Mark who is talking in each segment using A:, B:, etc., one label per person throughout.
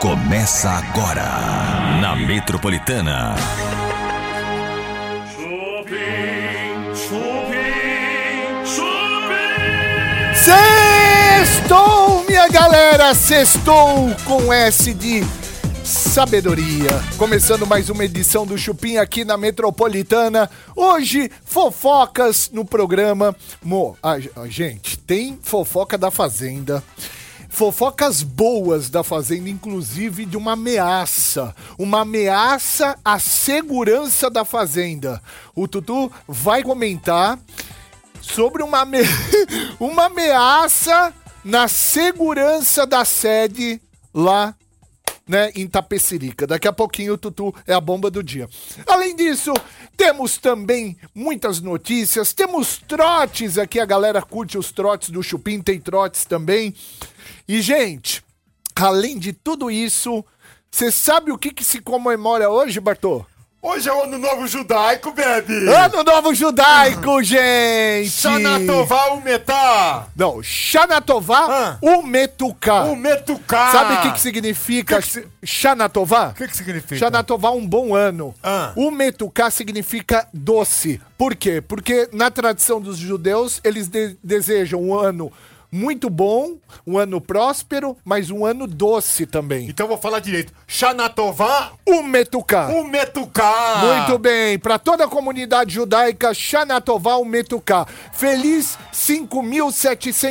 A: Começa agora na Metropolitana.
B: Chupim, chupim, chupim.
C: Sextou, minha galera! Sextou com S de sabedoria. Começando mais uma edição do Chupim aqui na Metropolitana. Hoje, fofocas no programa. Mo, a, a- gente, tem fofoca da Fazenda. Fofocas boas da Fazenda, inclusive de uma ameaça. Uma ameaça à segurança da Fazenda. O Tutu vai comentar sobre uma, ame- uma ameaça na segurança da sede lá né, em Tapecerica. Daqui a pouquinho o Tutu é a bomba do dia. Além disso, temos também muitas notícias, temos trotes aqui, a galera curte os trotes do Chupim, tem trotes também. E, gente, além de tudo isso, você sabe o que, que se comemora hoje, Bartô?
D: Hoje é o ano novo judaico, bebe!
C: Ano Novo Judaico, gente!
D: Xanatová o metá!
C: Não, Xanatová
D: Ah.
C: Umetuká.
D: O metucá!
C: Sabe o que, que significa
D: Que que se-
C: Xanatová?
D: O que, que significa?
C: Xanatová, um bom ano.
D: Ah.
C: Umetuká significa doce. Por quê? Porque na tradição dos judeus, eles de- desejam um ano muito bom, um ano próspero, mas um ano doce também.
D: Então eu vou falar direito. Xanatová
C: Umetuká.
D: o metucá!
C: Muito bem, para toda a comunidade judaica, Xanatoval Metuká. Feliz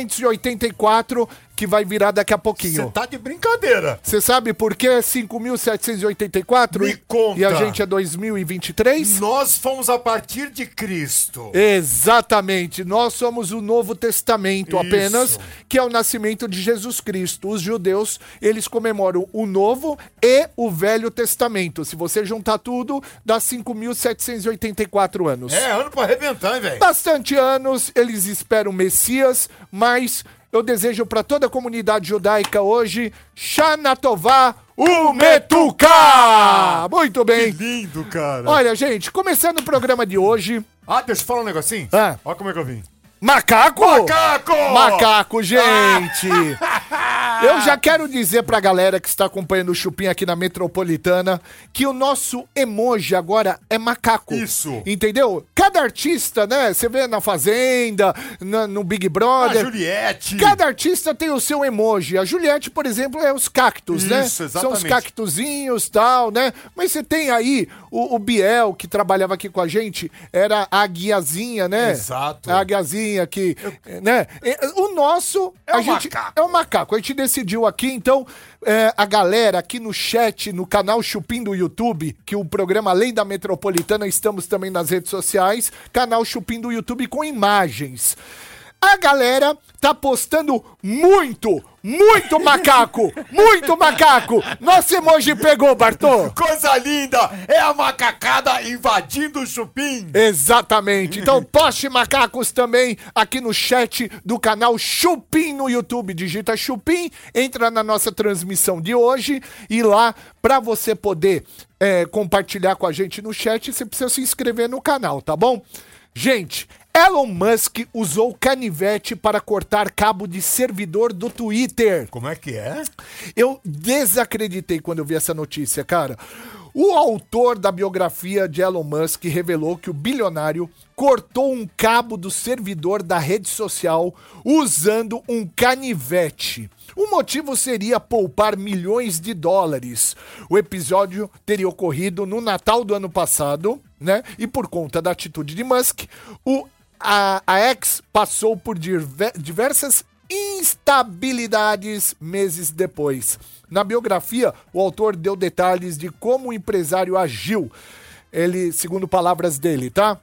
C: 5.784, que vai virar daqui a
D: Você
C: pouquinho.
D: tá de brincadeira!
C: Você sabe por que é 5.784?
D: Me
C: E-
D: conta.
C: E a gente é 2023?
D: Nós fomos a partir de Cristo.
C: Exatamente, nós somos o Novo Testamento
D: Isso.
C: apenas, que é o nascimento de Jesus Cristo. Os judeus, eles comemoram o Novo e o Velho Testamento. Se você juntar tudo, dá 5.784 anos.
D: É, ano pra arrebentar, hein,
C: Tá
D: velho?
C: bastante anos, eles esperam o Messias, mas eu desejo para toda a comunidade judaica hoje, Xanatová Umetuká! Muito
D: Que
C: bem.
D: lindo, cara!
C: Olha, gente, começando o programa de hoje,
D: Ah, deixa eu falar um negocinho?
C: Ah.
D: Olha como é que eu vim.
C: macaco!
D: Macaco!
C: Macaco, gente! Eu já quero dizer pra galera que está acompanhando o Chupim aqui na Metropolitana que o nosso emoji agora é macaco.
D: Isso.
C: Entendeu? Cada artista, né? Você vê na Fazenda, na- no Big
D: A
C: Brother.
D: Juliette!
C: Cada artista tem o seu emoji. A Juliette, por exemplo, é os cactos, né?
D: Isso,
C: São os
D: exatamente.
C: cactuzinhos e tal, né? Mas você tem aí o, o Biel, que trabalhava aqui com a gente, era a guiazinha, né?
D: Exato.
C: A guiazinha que, né? E, O nosso...
D: É
C: a
D: o
C: gente,
D: macaco.
C: É o macaco. A gente decidiu aqui, então, é, a galera aqui no chat, no canal Chupim do YouTube, que o programa Além da Metropolitana, estamos também nas redes sociais, canal Chupim do YouTube com imagens. A galera tá postando muito, muito macaco, muito macaco. Nosso emoji pegou, Bartô.
D: Coisa linda! É a macacada invadindo o chupim!
C: Exatamente. Então, poste macacos também aqui no chat do canal Chupim no YouTube. Digita Chupim, entra na nossa transmissão de hoje e lá, pra você poder é, compartilhar com a gente no chat, você precisa se inscrever no canal, tá bom? Gente, Elon Musk usou canivete para cortar cabo de servidor do Twitter.
D: Como é que é?
C: Eu desacreditei quando eu vi essa notícia, cara. O autor da biografia de Elon Musk revelou que o bilionário cortou um cabo do servidor da rede social usando um canivete. O motivo seria poupar milhões de dólares. O episódio teria ocorrido no Natal do ano passado, né? E por conta da atitude de Musk, o, a, a ex passou por diver- diversas instabilidades meses depois. Na biografia, o autor deu detalhes de como o empresário agiu. Ele, segundo palavras dele, tá?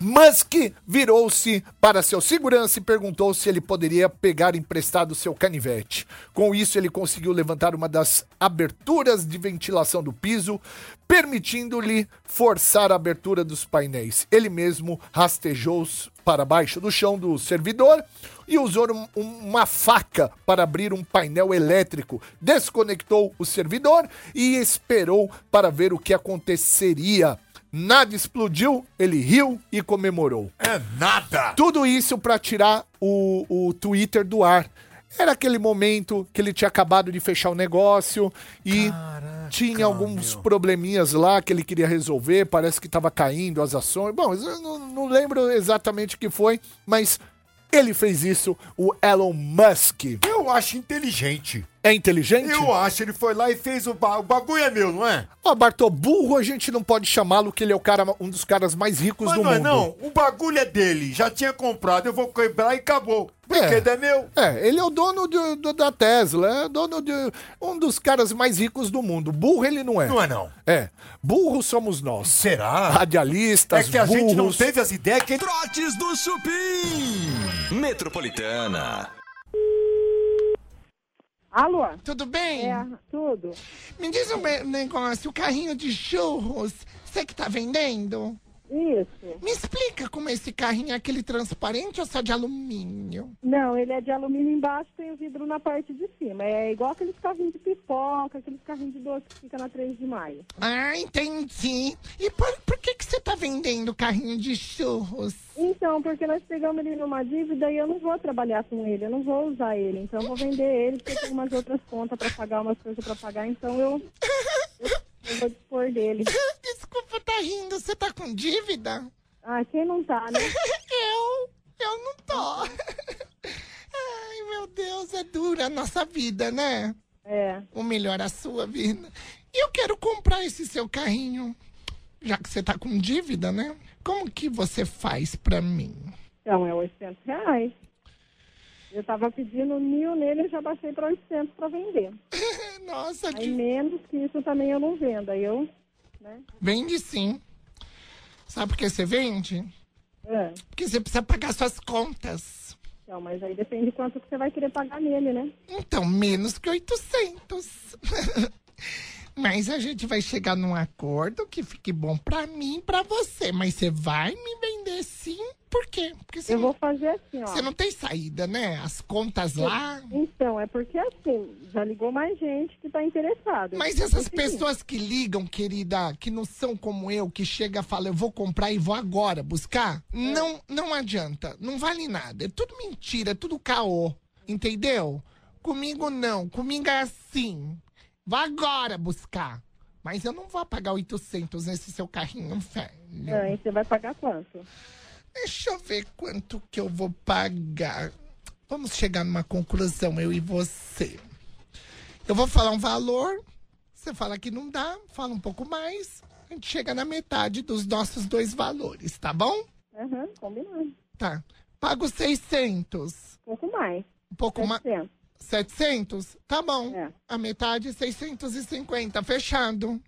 C: Musk virou-se para seu segurança e perguntou se ele poderia pegar emprestado seu canivete. Com isso, ele conseguiu levantar uma das aberturas de ventilação do piso, permitindo-lhe forçar a abertura dos painéis. Ele mesmo rastejou para baixo do chão do servidor e usou um- um- uma faca para abrir um painel elétrico. Desconectou o servidor e esperou para ver o que aconteceria. Nada explodiu, ele riu e comemorou.
D: É nada!
C: Tudo isso pra tirar o, o Twitter do ar. Era aquele momento que ele tinha acabado de fechar o negócio e tinha alguns probleminhas lá que ele queria resolver, parece que estava caindo as ações. Bom, eu não, não lembro exatamente o que foi, mas ele fez isso, o Elon Musk.
B: Eu acho inteligente.
C: É inteligente?
B: Eu acho, ele foi lá e fez o, ba- o bagulho é meu, não é?
C: Ó, Bartô, burro a gente não pode chamá-lo, que ele é o cara, um dos caras mais ricos
B: Mas
C: do
B: não é
C: mundo.
B: não, o bagulho é dele, já tinha comprado, eu vou quebrar e acabou. O
C: É.
B: brinquedo é, meu.
C: É, ele é o dono do- do- da Tesla, é dono de um dos caras mais ricos do mundo. Burro ele não é.
B: Não é não.
C: É, burro somos nós.
B: Será? É
C: Radialistas,
B: que a gente não
C: burros.
B: teve as ideias que ele...
A: Trotes do Chupim. Metropolitana.
E: Alô?
F: Tudo bem?
E: É, tudo.
F: Me diz um be- negócio, o carrinho de churros, você que tá vendendo?
E: Isso.
F: Me explica como é esse carrinho, é aquele transparente ou só de alumínio?
E: Não, ele é de alumínio embaixo, tem o vidro na parte de cima. É igual aqueles carrinhos de pipoca, aqueles carrinhos de doce que fica na 3 de maio.
F: Ah, entendi. E por, por que que você tá vendendo carrinho de churros?
E: Então, porque nós pegamos ele numa dívida e eu não vou trabalhar com ele, eu não vou usar ele. Então, eu vou vender ele, porque eu tenho umas outras contas pra pagar, umas coisas pra pagar. Então, eu, eu, eu vou dispor dele.
F: Desculpa, tá rindo, você tá com dívida?
E: Ah, quem não tá, né?
F: Eu? Eu não tô. Ai, meu Deus, é dura a nossa vida, né?
E: É.
F: ou melhor, a sua vida. E eu quero comprar esse seu carrinho, já que você tá com dívida, né? Como que você faz pra mim?
E: Então, é 800 reais. Eu tava pedindo mil nele, eu já baixei pra 800 pra vender.
F: Nossa,
E: Aí
F: que...
E: menos que isso também eu não vendo. Aí eu, né?
F: vende sim. Sabe por que você vende?
E: É.
F: Porque você precisa pagar suas contas.
E: Então, mas aí depende de quanto que você vai querer pagar nele, né?
F: Então, menos que 800. Mas a gente vai chegar num acordo que fique bom pra mim e pra você. Mas você vai me vender sim? Por quê? Porque você,
E: Eu vou
F: não,
E: fazer assim,
F: você
E: ó.
F: não tem saída, né? As contas lá...
E: Então, é porque assim, já ligou mais gente que tá assim, interessada.
F: Mas
E: Eu
F: essas
E: disse,
F: pessoas que ligam, querida, que não são como eu, que chega e fala, eu vou comprar e vou agora buscar, não, não adianta, não vale nada. É tudo mentira, é tudo caô, entendeu? Comigo não, comigo é assim. Vá agora buscar. Mas eu não vou pagar 800 nesse seu carrinho, velho.
E: "Ah, e você vai pagar quanto?
F: Deixa eu ver quanto que eu vou pagar. Vamos chegar numa conclusão, eu e você. Eu vou falar um valor, você fala que não dá, fala um pouco mais, a gente chega na metade dos nossos dois valores, tá bom?
E: Aham, combinado.
F: Tá. Pago 600.
E: Um pouco mais.
F: Um pouco mais.
E: 700.
F: 700? Tá bom.
E: É.
F: A metade, 650. Fechado.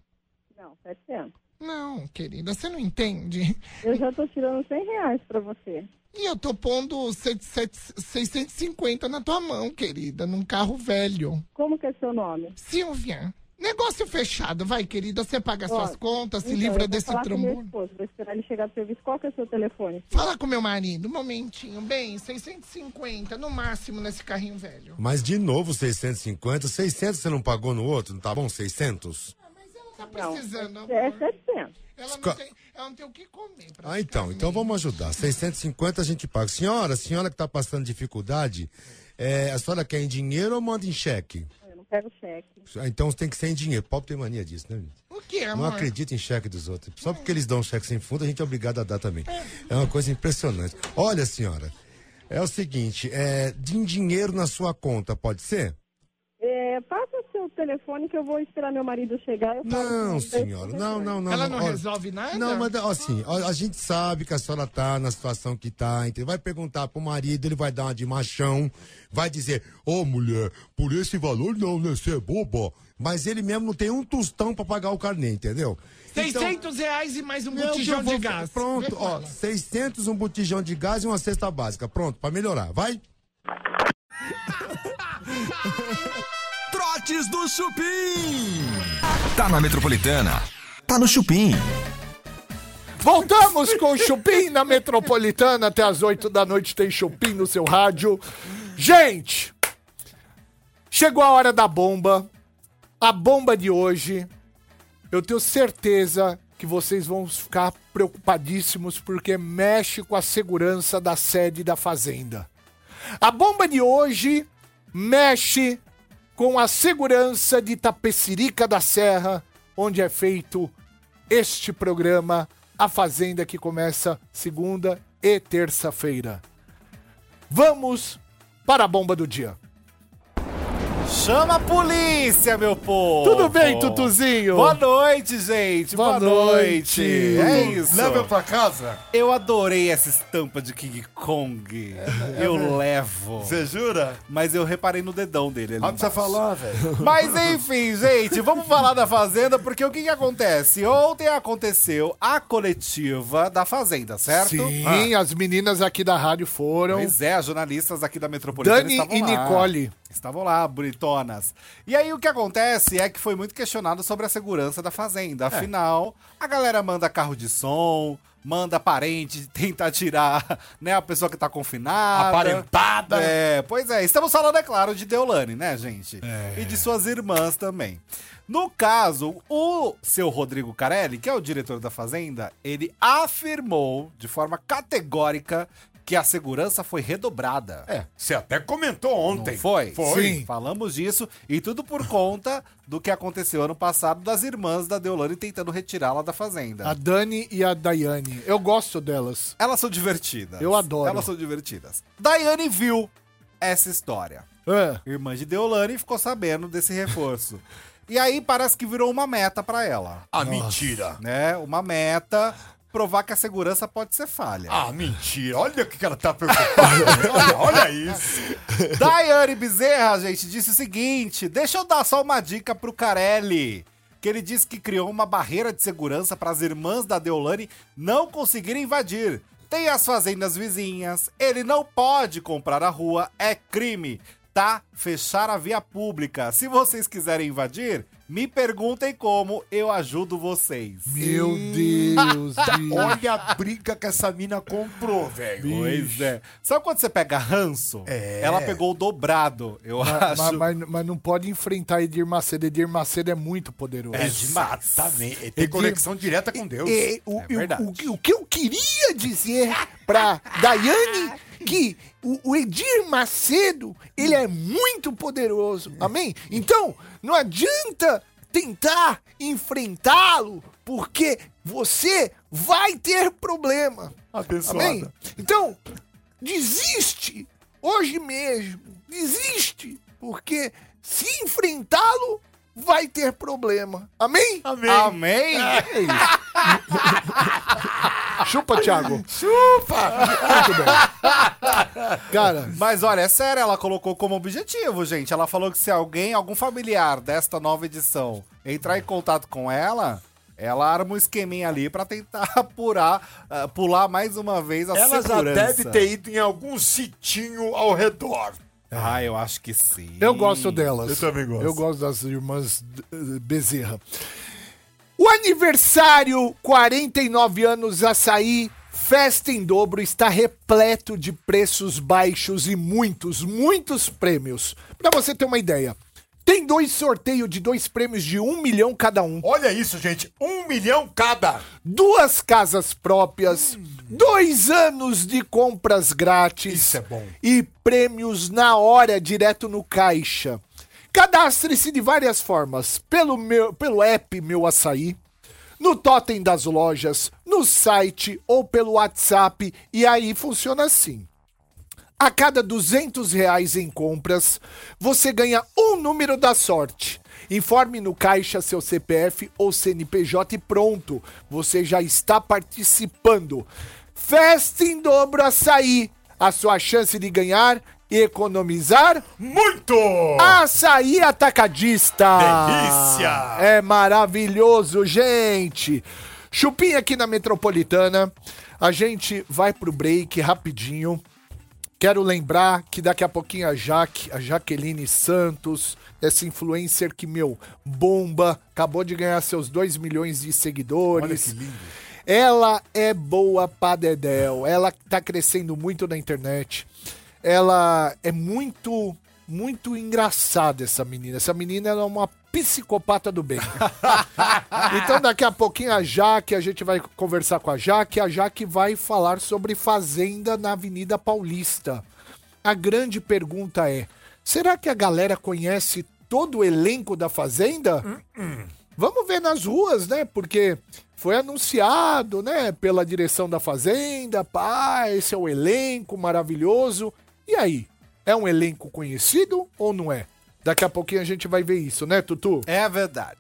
E: Não, 700.
F: Não, querida, você não entende.
E: Eu já tô tirando 100 reais pra você.
F: E eu tô pondo sete- sete- 650 na tua mão, querida, num carro velho.
E: Como que é seu nome?
F: Silvia, negócio fechado, vai, querida. Você paga suas
E: Ó,
F: contas, se
E: Então, eu
F: livra
E: vou
F: desse
E: falar com meu
F: trombone.
E: esposo, Vou esperar ele chegar do serviço. Qual que é o seu telefone?
F: Fala com meu marido, um momentinho. Bem, 650 no máximo nesse carrinho velho.
D: Mas de novo 650, 600 você não pagou no outro, não tá bom? 600?
F: Mas ela tá
E: Não,
F: precisando,
E: É
F: amor.
E: 700.
F: Ela não,
D: Esco-
F: tem, ela não tem o que comer.
D: Ah, então, então vamos ajudar. 650 a gente paga. Senhora, a senhora que tá passando dificuldade, é, a senhora quer em dinheiro ou manda em cheque?
E: Eu não pego cheque.
D: Ah, Então tem que ser em dinheiro. Pobre tem mania disso, né, gente?
F: O que,
D: Não
F: amor?
D: acredita em cheque dos outros. Só porque eles dão cheque sem fundo, a gente é obrigado a dar também. É uma coisa impressionante. Olha, senhora, é o seguinte, é, de em dinheiro na sua conta, pode ser?
E: É, passa o seu telefone que eu vou esperar meu marido chegar. Eu falo com
D: Não,
E: ele,
D: senhora.
E: eu
D: Não, não, não.
F: Ela não
D: Olha,
F: resolve nada?
D: Não, mas ó, assim, ó, a gente sabe que a senhora tá na situação que tá, entendeu? Vai perguntar pro marido, ele vai dar uma de machão, vai dizer, ô mulher, por esse valor não, né? Você é boba. Mas ele mesmo não tem um tostão pra pagar o carnê, entendeu? Então,
F: 600 reais e mais um
D: é o que
F: botijão
D: eu vou-
F: de gás.
D: Pronto,
F: Vê,
D: ó,
F: fala.
D: 600, um botijão de gás e uma cesta básica. Pronto, pra melhorar, vai?
A: Trotes do Chupim. Tá na Metropolitana. Tá no Chupim.
C: Voltamos com o Chupim na Metropolitana. Até as 8 da noite tem Chupim no seu rádio. Gente, chegou a hora da bomba. A bomba de hoje. Eu tenho certeza que vocês vão ficar preocupadíssimos porque mexe com a segurança da sede da Fazenda. A bomba de hoje mexe com a segurança de Tapecirica da Serra, onde é feito este programa, A Fazenda, que começa segunda e terça-feira. Vamos para a bomba do dia.
G: Chama a polícia, meu povo!
C: Tudo bem, Tutuzinho?
G: Boa noite, gente! Boa,
C: Boa
G: noite.
C: noite.
G: É isso!
D: Leva eu pra casa?
G: Eu adorei essa estampa de King Kong. Eu levo.
D: Você jura?
G: Mas eu reparei no dedão dele. ali
D: Ah, não precisa
G: embaixo.
D: falar, velho.
G: Mas enfim, gente, vamos falar da Fazenda, porque o que, que acontece? Ontem aconteceu a coletiva da Fazenda, certo? Ah,
C: Sim, as meninas aqui da rádio foram.
G: Pois é, as jornalistas aqui da Metropolitana
C: Dani
G: estavam
C: e
G: lá.
C: Nicole.
G: Estavam lá, bonitonas. E aí o que acontece é que foi muito questionado sobre a segurança da fazenda. Afinal, a galera manda carro de som, manda parente tentar tirar né, a pessoa que tá confinada.
D: Aparentada.
G: É, pois é. Estamos falando, é claro, de Deolane, né, gente? E de suas irmãs também. No caso, o seu Rodrigo Carelli, que é o diretor da Fazenda, ele afirmou de forma categórica que a segurança foi redobrada.
D: É, você até comentou
G: Não
D: ontem.
G: foi?
D: Foi.
G: Sim. Falamos disso e tudo por conta do que aconteceu ano passado das irmãs da Deolane tentando retirá-la da fazenda.
C: A Dani e a Daiane. Eu gosto delas.
G: Elas são divertidas.
C: Eu adoro.
G: Elas são divertidas. Daiane viu essa história.
C: É.
G: Irmã de Deolane ficou sabendo desse reforço. e aí parece que virou uma meta pra ela,
D: Ah, mentira.
G: né? Uma meta provar que a segurança pode ser falha.
D: Ah, mentira. Olha o que que ela tá preocupada. olha, olha isso.
G: Daiane Bezerra, gente, disse o seguinte: deixa eu dar só uma dica pro Carelli. Que ele disse que criou uma barreira de segurança para as irmãs da Deolane não conseguirem invadir. Tem as fazendas vizinhas, ele não pode comprar a rua, é crime, tá? Fechar a via pública. Se vocês quiserem invadir, me perguntem como, eu ajudo vocês.
C: Meu Deus, bicho.
D: Olha a briga que essa mina comprou, velho.
G: Pois é. Sabe quando você pega ranço?
D: É.
G: Ela pegou o dobrado, eu
C: Mas,
G: acho.
C: mas- mas não pode enfrentar Edir Macedo. Edir Macedo é muito poderoso.
D: Exatamente. Ele Tem conexão direta com Deus.
C: E o,
G: É
C: e o-
G: verdade.
C: o- o que eu queria dizer pra Daiane que o, o Edir Macedo, ele é muito poderoso, amém? Então, não adianta tentar enfrentá-lo, porque você vai ter problema.
D: Abençoada.
C: Amém? Então, desiste hoje mesmo. Desiste, porque se enfrentá-lo, vai ter problema. Amém?
D: Amém.
G: Amém? Ah.
C: Chupa, Thiago. Cara,
G: Mas olha, é sério, ela colocou como objetivo, gente. Ela falou que se alguém, algum familiar desta nova edição entrar em contato com ela, ela arma um esqueminha ali pra tentar apurar, ah, pular mais uma vez a
D: Ela já
G: segurança.
D: deve ter ido em algum sitinho ao redor.
G: Ah, eu acho que sim.
C: eu gosto delas.
D: Eu também gosto.
C: Eu gosto das irmãs eh, Bezerra. O aniversário 49 anos açaí, festa em dobro, está repleto de preços baixos e muitos, muitos prêmios. Pra você ter uma ideia, tem dois sorteios de dois prêmios de um milhão cada um.
D: Olha isso, gente. Um milhão cada.
C: duas casas próprias, dois anos de compras grátis.
D: Isso é bom.
C: E prêmios na hora, direto no caixa. Cadastre-se de várias formas. Pelo, meu, pelo app Meu Açaí, no totem das lojas, no site ou pelo WhatsApp. E aí funciona assim. A cada 200 reais em compras, você ganha um número da sorte. Informe no caixa seu CPF ou CNPJ e pronto, você já está participando. Festa em dobro açaí. A sua chance de ganhar e economizar?
D: Muito!
C: Açaí Atacadista!
D: Delícia!
C: É maravilhoso, gente! Chupim aqui na Metropolitana. A gente vai pro break rapidinho. Quero lembrar que daqui a pouquinho a Jaque, a Jaqueline Santos, essa influencer que, meu, bomba, acabou de ganhar seus 2 milhões de seguidores. Olha que lindo. Ela é boa pra dedéu. Ela tá crescendo muito na internet. Ela é muito, muito engraçada, essa menina. Essa menina ela é uma psicopata do bem. Então daqui a pouquinho a Jaque, a gente vai conversar com a Jaque, a Jaque vai falar sobre fazenda na Avenida Paulista. A grande pergunta é: Será que a galera conhece todo o elenco da Fazenda? Vamos ver nas ruas, né? Porque foi anunciado, né, pela direção da Fazenda, pá, esse é o elenco maravilhoso. E aí? É um elenco conhecido ou não é? Daqui a pouquinho a gente vai ver isso, né, Tutu?
G: É verdade.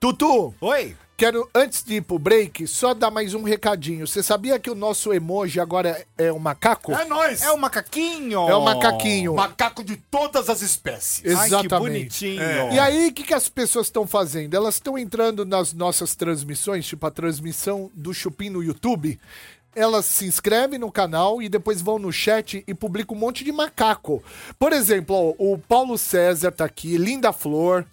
C: Tutu,
G: Oi?
C: Quero, antes de ir pro break, só dar mais um recadinho. Você sabia que o nosso emoji agora é o macaco?
D: É nóis!
G: É o macaquinho!
C: É o macaquinho.
D: Macaco de todas as espécies.
G: Ai, que bonitinho.
C: É. E aí, o que, que as pessoas estão fazendo? Elas estão entrando nas nossas transmissões, tipo a transmissão do Chupim no YouTube. Elas se inscrevem no canal e depois vão no chat e publicam um monte de macaco. Por exemplo, ó, o Paulo César tá aqui, Linda Flor,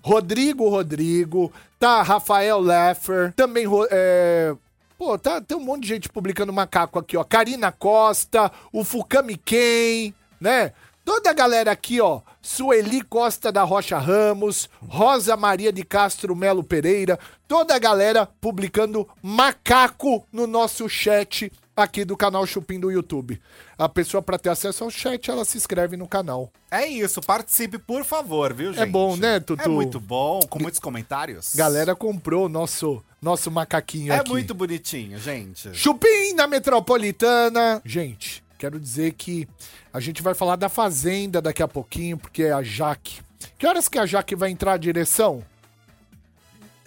C: Rodrigo Rodrigo, tá Rafael Leffer, também. Ro- é, Pô, tá, tem um monte de gente publicando macaco aqui, ó. Karina Costa, o Fukami Ken, né? Toda a galera aqui, ó. Sueli Costa da Rocha Ramos, Rosa Maria de Castro Melo Pereira. Toda a galera publicando macaco no nosso chat aqui do canal Chupim do YouTube. A pessoa, pra ter acesso ao chat, ela se inscreve no canal.
G: É isso, participe, por favor, viu, gente?
C: bom, né, Tutu?
G: É muito bom, com muitos comentários.
C: Galera comprou o nosso, nosso macaquinho
G: é
C: aqui.
G: muito bonitinho, gente.
C: Chupim na metropolitana. Gente, quero dizer que a gente vai falar da Fazenda daqui a pouquinho, porque é a Jaque. Que horas que a Jaque vai entrar à direção?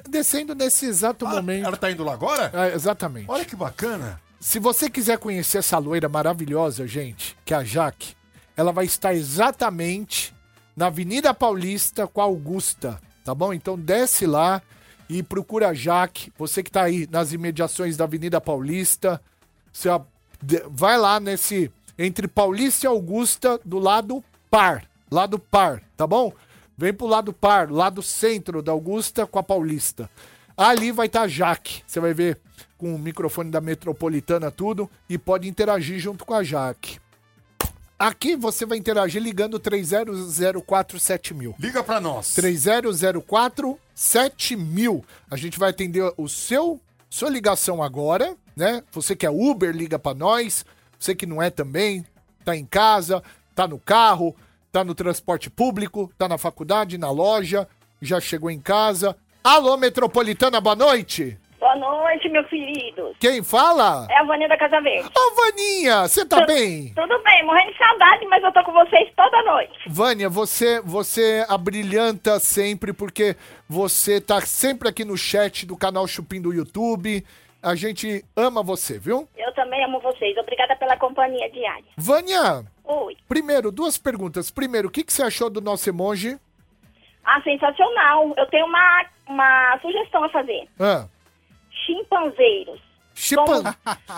C: Descendo nesse exato momento.
D: Ela tá indo lá agora?
C: Ah, exatamente.
D: Olha que bacana.
C: Se você quiser conhecer essa loira maravilhosa, gente, que é a Jaque, ela vai estar exatamente na Avenida Paulista com a Augusta, tá bom? Então desce lá e procura a Jaque. Você que tá aí nas imediações da Avenida Paulista, você a- de- vai lá nesse entre Paulista e Augusta do lado par, lado par, tá bom? Vem pro lado par, lado centro da Augusta com a Paulista. Ali vai estar a Jaque. Você vai ver com o microfone da Metropolitana tudo e pode interagir junto com a Jaque. Aqui você vai interagir ligando 30047000.
D: Liga pra nós.
C: 3004 7000. A gente vai atender o seu sua ligação agora, né? Você que é Uber, liga pra nós. Você que não é também, tá em casa, tá no carro, tá no transporte público, tá na faculdade, na loja, já chegou em casa. Alô Metropolitana, boa noite.
H: Boa noite, meus queridos.
C: Quem fala?
H: É a Vânia da Casa Verde.
C: Ô, Vaninha, você tá bem?
H: Tudo bem, morrendo de saudade, mas eu tô com vocês toda noite.
C: Vânia, você você abrilhanta sempre porque você tá sempre aqui no chat do canal Chupim do YouTube. A gente ama você, viu?
H: Eu também amo vocês. Obrigada pela companhia diária.
C: Vânia,
H: Oi.
C: primeiro, duas perguntas. Primeiro, o que, que você achou do nosso emoji?
H: Ah, sensacional. Eu tenho uma, uma sugestão a fazer.
C: Ah,
H: Chimpanzeiros.
C: chipan...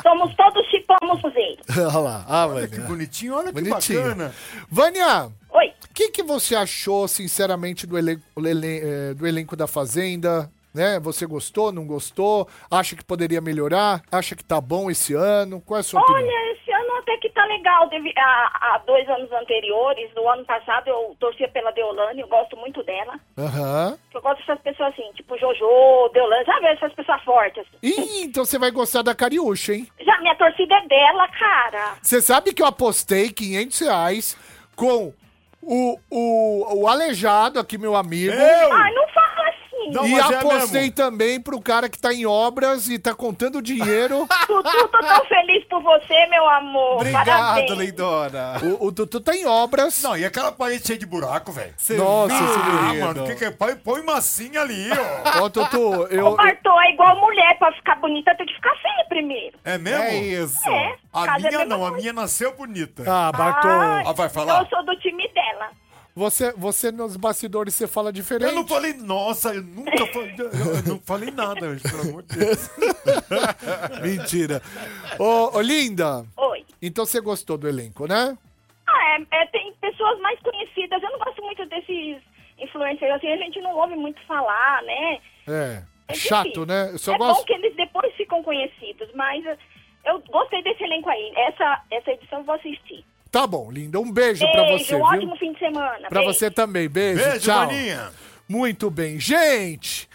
H: Somos, somos todos chimpanzeiros.
C: Olha lá, ah,
D: um. Olha que
C: Vânia.
D: bonitinho, olha que
C: Bonitinho.
D: bacana.
C: Vânia,
H: Oi.
C: o que, que você achou, sinceramente, do, elen- o elen- eh, do elenco da Fazenda? Né? Você gostou, não gostou? Acha que poderia melhorar? Acha que tá bom esse ano? Qual é a sua opinião?
H: Olha, esse ano até que tá legal. Deve, há, há dois anos anteriores, no ano passado, eu torcia pela Deolane, eu gosto muito dela.
C: Aham.
H: Eu gosto dessas pessoas assim, tipo Jojo, Deolane, sabe? Essas pessoas fortes. assim.
C: Ih, então você vai gostar da Cariúcha, hein?
H: Já, minha torcida é dela, cara.
C: Você sabe que eu apostei 500 reais com o, o, o Aleijado aqui, meu amigo.
H: Ai, não fala assim.
D: Não,
C: E
D: mas é
C: apostei
D: mesmo.
C: também pro cara que tá em obras e tá contando dinheiro.
H: Tutu, tô tão feliz por você, meu amor. Parabéns.
G: Obrigado, lindona.
C: o, o Tutu tá em obras.
D: Não, e aquela parede cheia de buraco, velho.
G: Você
C: Nossa,
G: viu?
C: esse
D: Ah,
C: menino.
D: mano, o que que é? Põe, põe massinha ali, ó.
C: Ó, Tutu, eu.
H: Ô, Bartô, é igual mulher, pra ficar bonita tem que ficar feia primeiro.
D: É mesmo?
G: É isso.
H: É,
D: A
H: casa é
D: minha
H: mesma
D: não, a
H: coisa.
D: minha nasceu bonita.
C: Ah, Bartô.
D: Ah, vai falar?
H: Eu sou do time dela.
C: Você, você nos bastidores você fala diferente.
D: Eu não falei, nossa, eu nunca falei. Eu, eu não falei nada, hoje, pelo amor de Deus.
C: Mentira. Ô, ô, Linda,
H: Oi.
C: então você gostou do elenco, né?
H: Ah, é, é, tem pessoas mais conhecidas. Eu não gosto muito desses influencers assim. A gente não ouve muito falar, né?
C: É.
H: É
C: Chato,
H: difícil.
C: né? Eu só
H: é
C: gosto.
H: bom que eles depois ficam conhecidos, mas eh, eu gostei desse elenco aí. Essa, essa edição eu vou assistir.
C: Tá bom, linda. Um beijo, pra
H: Beijo,
C: você,
H: um
C: viu?
H: ótimo fim de semana.
C: Pra
H: Beijo.
C: você também. Beijo,
D: Beijo,
C: tchau.
D: maninha.
C: Muito bem. Gente,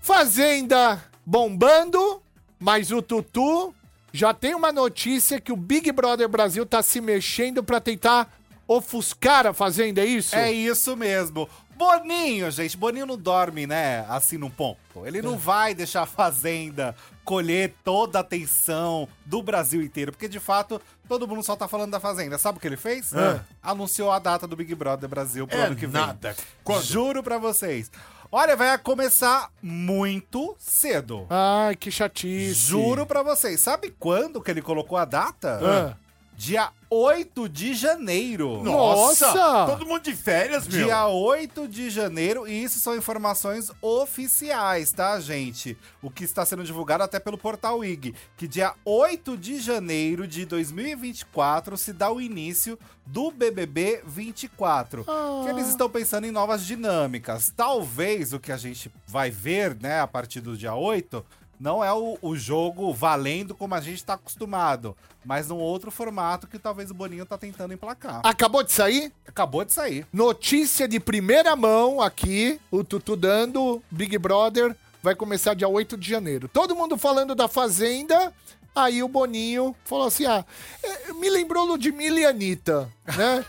C: Fazenda bombando, mas o Tutu já tem uma notícia que o Big Brother Brasil tá se mexendo pra tentar ofuscar a fazenda, é isso?
G: É isso mesmo. Boninho, gente, Boninho não dorme, né? Assim num ponto. Ele
D: É.
G: não vai deixar a Fazenda colher toda a atenção do Brasil inteiro, porque de fato todo mundo só tá falando da Fazenda. Sabe o que ele fez? Anunciou a data do Big Brother Brasil pro
D: É
G: ano que vem.
D: nada. Quando?
G: Juro pra vocês. Olha, vai começar muito cedo.
C: Ai, que chatice.
G: Juro pra vocês. Sabe quando que ele colocou a data?
D: É.
C: Ah.
G: Dia 8 de janeiro.
C: Nossa!
D: Todo mundo de férias, meu.
G: Dia 8 de janeiro, e isso são informações oficiais, tá, gente? O que está sendo divulgado até pelo portal IG, que dia 8 de janeiro de 2024 se dá o início do BBB 24. Que eles estão pensando em novas dinâmicas. Talvez o que a gente vai ver, né, a partir do dia 8, não é o, o jogo valendo como a gente está acostumado, mas num outro formato que talvez o Boninho tá tentando emplacar.
C: Acabou de sair?
G: Acabou de sair.
C: Notícia de primeira mão aqui, o Tutu dando, Big Brother, vai começar dia 8 de janeiro. Todo mundo falando da Fazenda, aí o Boninho falou assim, ah, é, me lembrou Ludmilla e Anitta, né?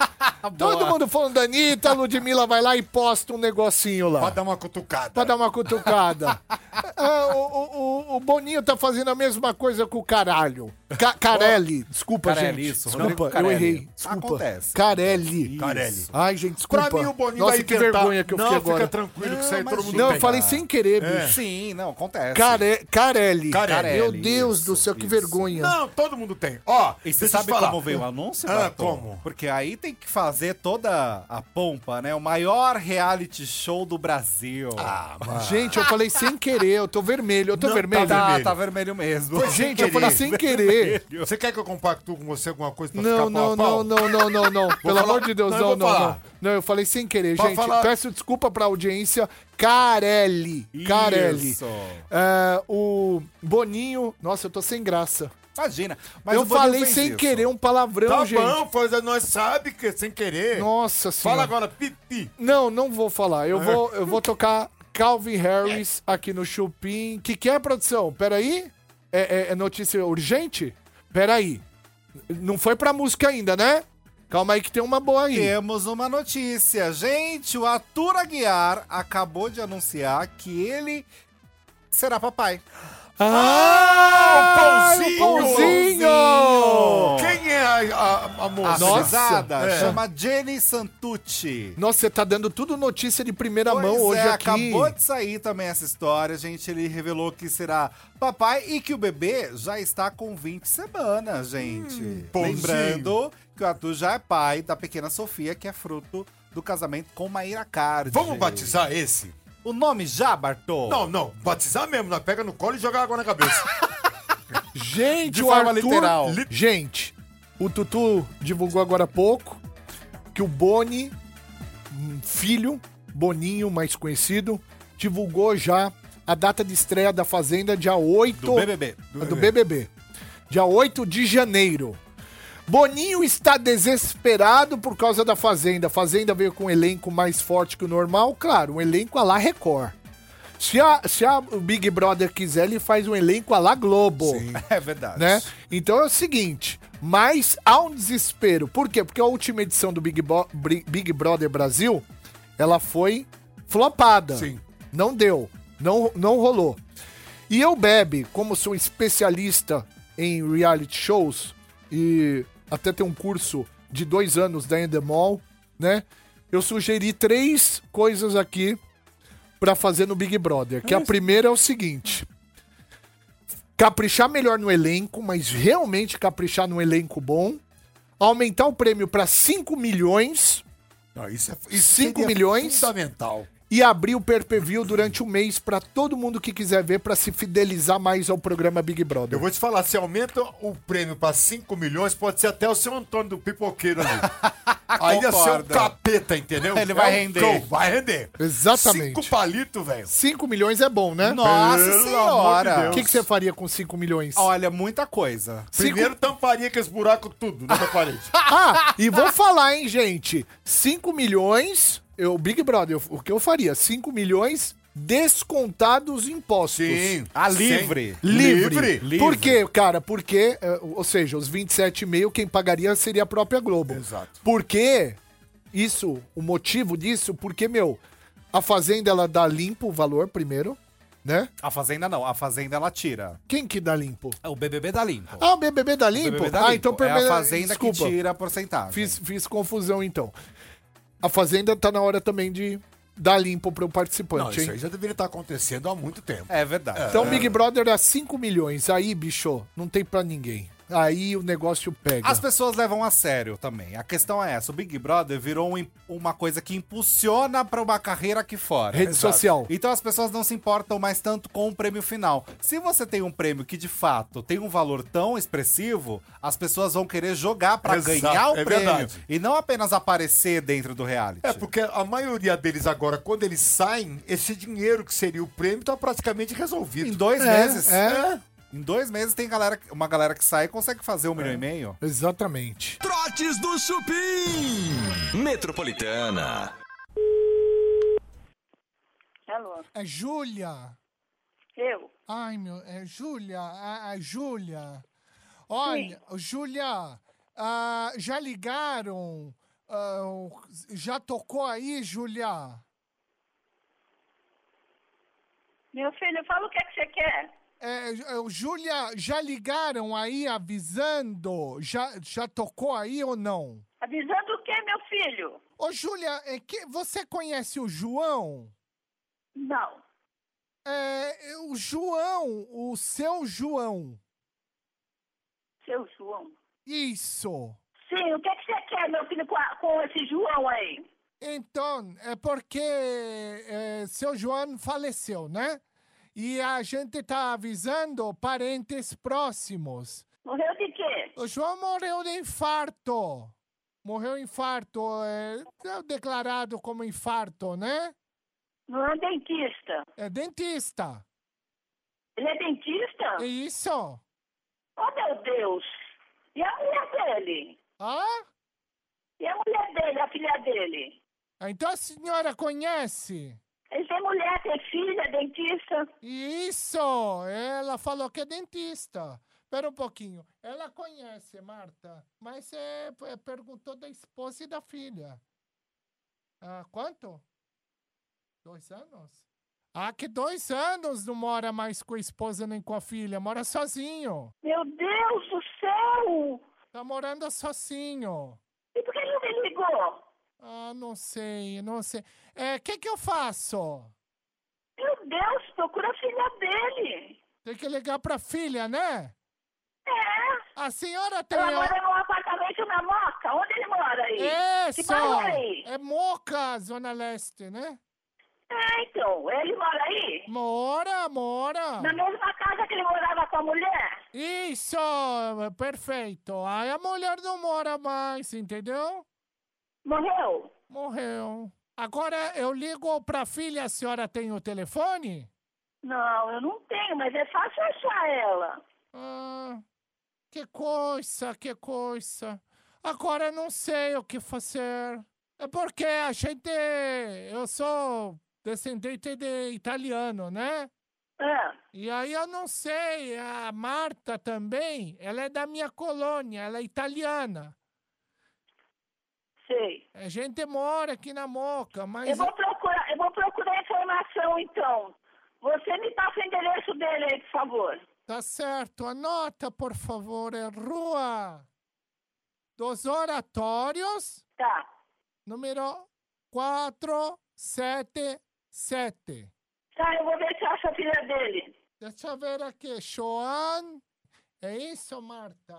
C: Todo mundo falando da Anitta, a Ludmilla vai lá e posta um negocinho lá.
D: Pra dar uma cutucada.
C: Pra dar uma cutucada. Ah, o, o- o- o Boninho tá fazendo a mesma coisa com o caralho. Ca Carelli, desculpa,
G: Carelli,
C: gente.
G: isso, Rodrigo
C: desculpa, eu
G: Carelli.
C: errei. Desculpa.
G: Acontece.
C: Carelli.
D: Carelli.
C: Ai, gente, desculpa.
D: Pra mim, o Boninho
C: Nossa,
D: vai
C: que
D: inventar.
C: vergonha que eu
D: Não,
C: fiquei
D: fica
C: agora.
D: tranquilo que isso aí todo mundo
C: Não, eu
D: pega.
C: falei sem querer,
D: É.
C: bicho.
G: Sim, não, acontece.
C: Care- Carelli.
D: Carelli,
C: Meu Deus do
G: isso,
C: céu, que
G: isso.
C: vergonha.
D: Não, todo mundo tem. Ó,
G: E você
D: deixa eu te
G: sabe
D: falar.
G: como veio o anúncio?
D: Ah,
G: Bartô?
D: como?
G: Porque aí tem que fazer toda a pompa, né? O maior reality show do Brasil. Ah,
C: Gente, eu falei sem querer, eu tô vermelho. Eu tô vermelho?
G: tá, tá vermelho mesmo.
C: Gente, eu falei sem querer.
D: assim. Você quer que eu compactue com você alguma coisa pra
C: Não,
D: ficar pau
C: não,
D: a pau?
C: não, não, não, não, não. Pelo
D: falar-
C: amor de Deus,
D: Não,
C: não,
D: eu vou
C: não, não.
D: falar.
C: Não, eu falei sem querer,
D: Pode
C: gente.
D: falar.
C: Peço desculpa pra audiência. Carelli. Carelli.
G: Isso.
C: É, o Boninho. Nossa, eu tô sem graça.
G: Imagina. Mas
C: eu
G: o Boninho
C: falei
G: fez
C: sem
G: isso.
C: querer um palavrão,
D: Tá
C: gente.
D: bom, pois nós sabe que sem querer.
C: Nossa senhora.
D: Fala agora, É. pipi.
C: Não, não vou falar. Eu vou, eu vou tocar Calvin Harris aqui no Chupim. Que que é, produção? Peraí. É, é- é notícia urgente? Peraí. Não foi pra música ainda, né? Calma aí que tem uma boa aí.
G: Temos uma notícia. Gente, o Arthur Aguiar acabou de anunciar que ele será papai.
C: Ah,
D: o
C: o
D: pãozinho!
C: pãozinho!
D: Quem é a, a, a moça?
G: A nossa.
C: É.
G: chama Jenny Santucci.
C: Nossa, você tá dando tudo notícia de primeira
G: Pois
C: mão hoje
G: é,
C: aqui.
G: Acabou de sair também essa história, gente. Ele revelou que será papai e que o bebê já está com 20 semanas, gente.
D: bonzinho.
G: Lembrando que o Arthur já é pai da pequena Sofia, que é fruto do casamento com Maíra Cardi.
D: Vamos batizar esse?
G: O nome já, Bartô?
D: Não, não. Batizar mesmo. Nós pega no colo e joga água na cabeça.
C: Gente,
G: De
C: o
G: forma
C: Arthur...
G: literal.
C: Li- Gente, o Tutu divulgou agora há pouco que o Boni, hum, filho, Boninho mais conhecido, divulgou já a data de estreia da Fazenda, dia 8...
G: Do BBB.
C: Do, BBB. Dia 8 de janeiro. Boninho está desesperado por causa da Fazenda. A Fazenda veio com um elenco mais forte que o normal. Claro, um elenco a lá Record. Se a, se a o Big Brother quiser, ele faz um elenco a lá Globo.
G: É verdade.
C: Né? Então é o seguinte, mas há um desespero. Por quê? Porque a última edição do Big, Bo- Bri- Big Brother Brasil, ela foi flopada.
D: Sim.
C: Não deu, não, não rolou. E eu, Bebe, como sou um especialista em reality shows e até tem um curso de dois anos da Endemol, né? Eu sugeri três coisas aqui pra fazer no Big Brother. Que a primeira é o seguinte caprichar melhor no elenco, mas realmente caprichar no elenco bom. Aumentar o prêmio para 5 milhões
D: Não, isso é
C: isso seria
D: Fundamental.
C: e abrir o pay-per-view durante um mês para todo mundo que quiser ver para se fidelizar mais ao programa Big
D: Eu
C: Brother.
D: vou te falar, se aumenta o prêmio pra 5 milhões, pode ser até o seu Antônio do Pipoqueiro ali. Aí ia ser um
G: Concordo.
D: capeta, entendeu?
G: Ele vai
D: um
G: render.
D: cão, vai render.
C: Exatamente.
D: Cinco palito, velho.
C: 5 milhões é bom, né?
G: Nossa
D: Pelo amor de
G: senhora!
D: Deus.
C: O que, que você faria com 5 milhões?
G: Olha, muita coisa.
C: Cinco-
D: Primeiro tamparia com esse buraco tudo na parede.
C: Ah, e vou falar, hein, gente. 5 milhões, eu, Big Brother, eu- o que eu faria? 5 milhões descontados os impostos.
D: Sim.
G: A livre.
C: Livre.
G: Livre.
C: Por quê, cara? Porque, eh, ou seja, os 27,5 quem pagaria seria a própria Globo. Exato. Porque isso, o motivo disso, porque, meu, a Fazenda ela dá limpo o valor primeiro, né?
G: A Fazenda não, a Fazenda ela tira.
C: Quem que dá limpo?
G: É, O BBB dá limpo.
C: Ah, o BBB dá limpo?
G: BBB dá
C: ah,
G: limpo.
C: então
G: é a
C: perme-
G: Fazenda
C: desculpa.
G: que tira a porcentagem.
C: Fiz, fiz confusão então. A Fazenda tá na hora também de dar limpo pro
D: Não,
C: participante,
D: isso
C: hein?
D: aí já deveria estar acontecendo há muito tempo.
G: É verdade.
C: Então Big Brother é 5 milhões. Aí, bicho, não tem pra ninguém. Aí o negócio pega.
G: As pessoas levam a sério também. A questão é essa: o Big Brother virou um im- uma coisa que impulsiona pra uma carreira aqui fora.
C: Rede social.
G: Então as pessoas não se importam mais tanto com o prêmio final. Se você tem um prêmio que de fato tem um valor tão expressivo, as pessoas vão querer jogar pra
D: Exato,
G: ganhar o
D: é
G: prêmio
D: verdade.
G: e não apenas aparecer dentro do reality.
D: É, porque a maioria deles agora, quando eles saem, esse dinheiro que seria o prêmio tá praticamente resolvido.
G: Em dois
C: É,
G: meses.
C: é.
G: Em dois meses tem galera, uma galera que sai e consegue fazer um
D: É.
G: milhão e meio.
C: Exatamente.
A: Trotes do Chupim. Metropolitana.
H: Alô,
F: É Júlia.
H: eu?
F: Ai, meu, é Júlia, a, a Júlia. Olha, Júlia, ah, já ligaram? Ah, o- já tocou aí, Júlia?
H: Meu filho, fala o que, é que você quer.
F: É, é, Júlia, já ligaram aí avisando? Já, já tocou aí ou não?
H: Avisando o quê, meu filho?
F: Ô, Júlia, é que, você conhece o João?
H: Não.
F: É, é, o João, o seu João.
H: Seu João.
F: Isso.
H: Sim, o que, é que você quer, meu filho, com, a- com esse João aí?
F: Então, é porque é, seu João faleceu, né? E a gente tá avisando parentes próximos.
H: Morreu de quê?
F: O João morreu de infarto. Morreu infarto, é, é declarado como infarto, né?
H: Não é dentista.
F: É dentista.
H: Ele é dentista?
F: É isso?
H: Oh, meu Deus. E a mulher dele?
F: Ah?
H: E a mulher dele, a filha dele?
F: Então a senhora conhece?
H: Ele tem mulher, tem filha, é dentista.
F: Isso! Ela falou que é dentista. Espera um pouquinho. Ela conhece, Marta, mas é, p- perguntou da esposa e da filha. Ah, quanto? Dois anos? Ah, que dois anos não mora mais com a esposa nem com a filha, mora sozinho.
H: Meu Deus do céu!
F: Tá morando sozinho.
H: E por que ele não me ligou?
F: Ah, não sei, não sei. É, o que que eu faço?
H: Meu Deus, procura a filha dele.
F: Tem que ligar pra filha, né?
H: É.
F: A senhora tem...
H: Ela
F: a-
H: mora num apartamento na Moca. Onde ele mora aí? Que
F: Isso!
H: bairro é aí?
F: É Moca, Zona Leste, né?
H: É, então. Ele mora aí?
F: Mora, mora!
H: Na mesma casa que ele morava com a mulher?
F: Isso! Perfeito! Aí a mulher não mora mais, entendeu?
H: Morreu?
F: Morreu. Agora eu ligo pra filha, a senhora tem o telefone?
H: Não, eu não tenho, mas é fácil achar ela.
F: Ah, que coisa, que coisa. Agora não sei o que fazer. É porque a gente. Eu sou descendente de italiano, né?
H: Ah,
F: E aí eu não sei, a Marta também, ela é da minha colônia, ela é italiana.
H: sei.
F: A gente mora aqui na Moca,
H: Eu
F: mas
H: vou procurar, eu vou procurar informação então. Você me passa o endereço dele aí, por favor.
F: tá certo. Anota, por favor, é Rua dos Oratórios,
H: Tá.
F: número 477.
H: Tá, eu vou ver se eu acho a filha dele.
F: Deixa eu ver aqui, Joan. É isso, Marta?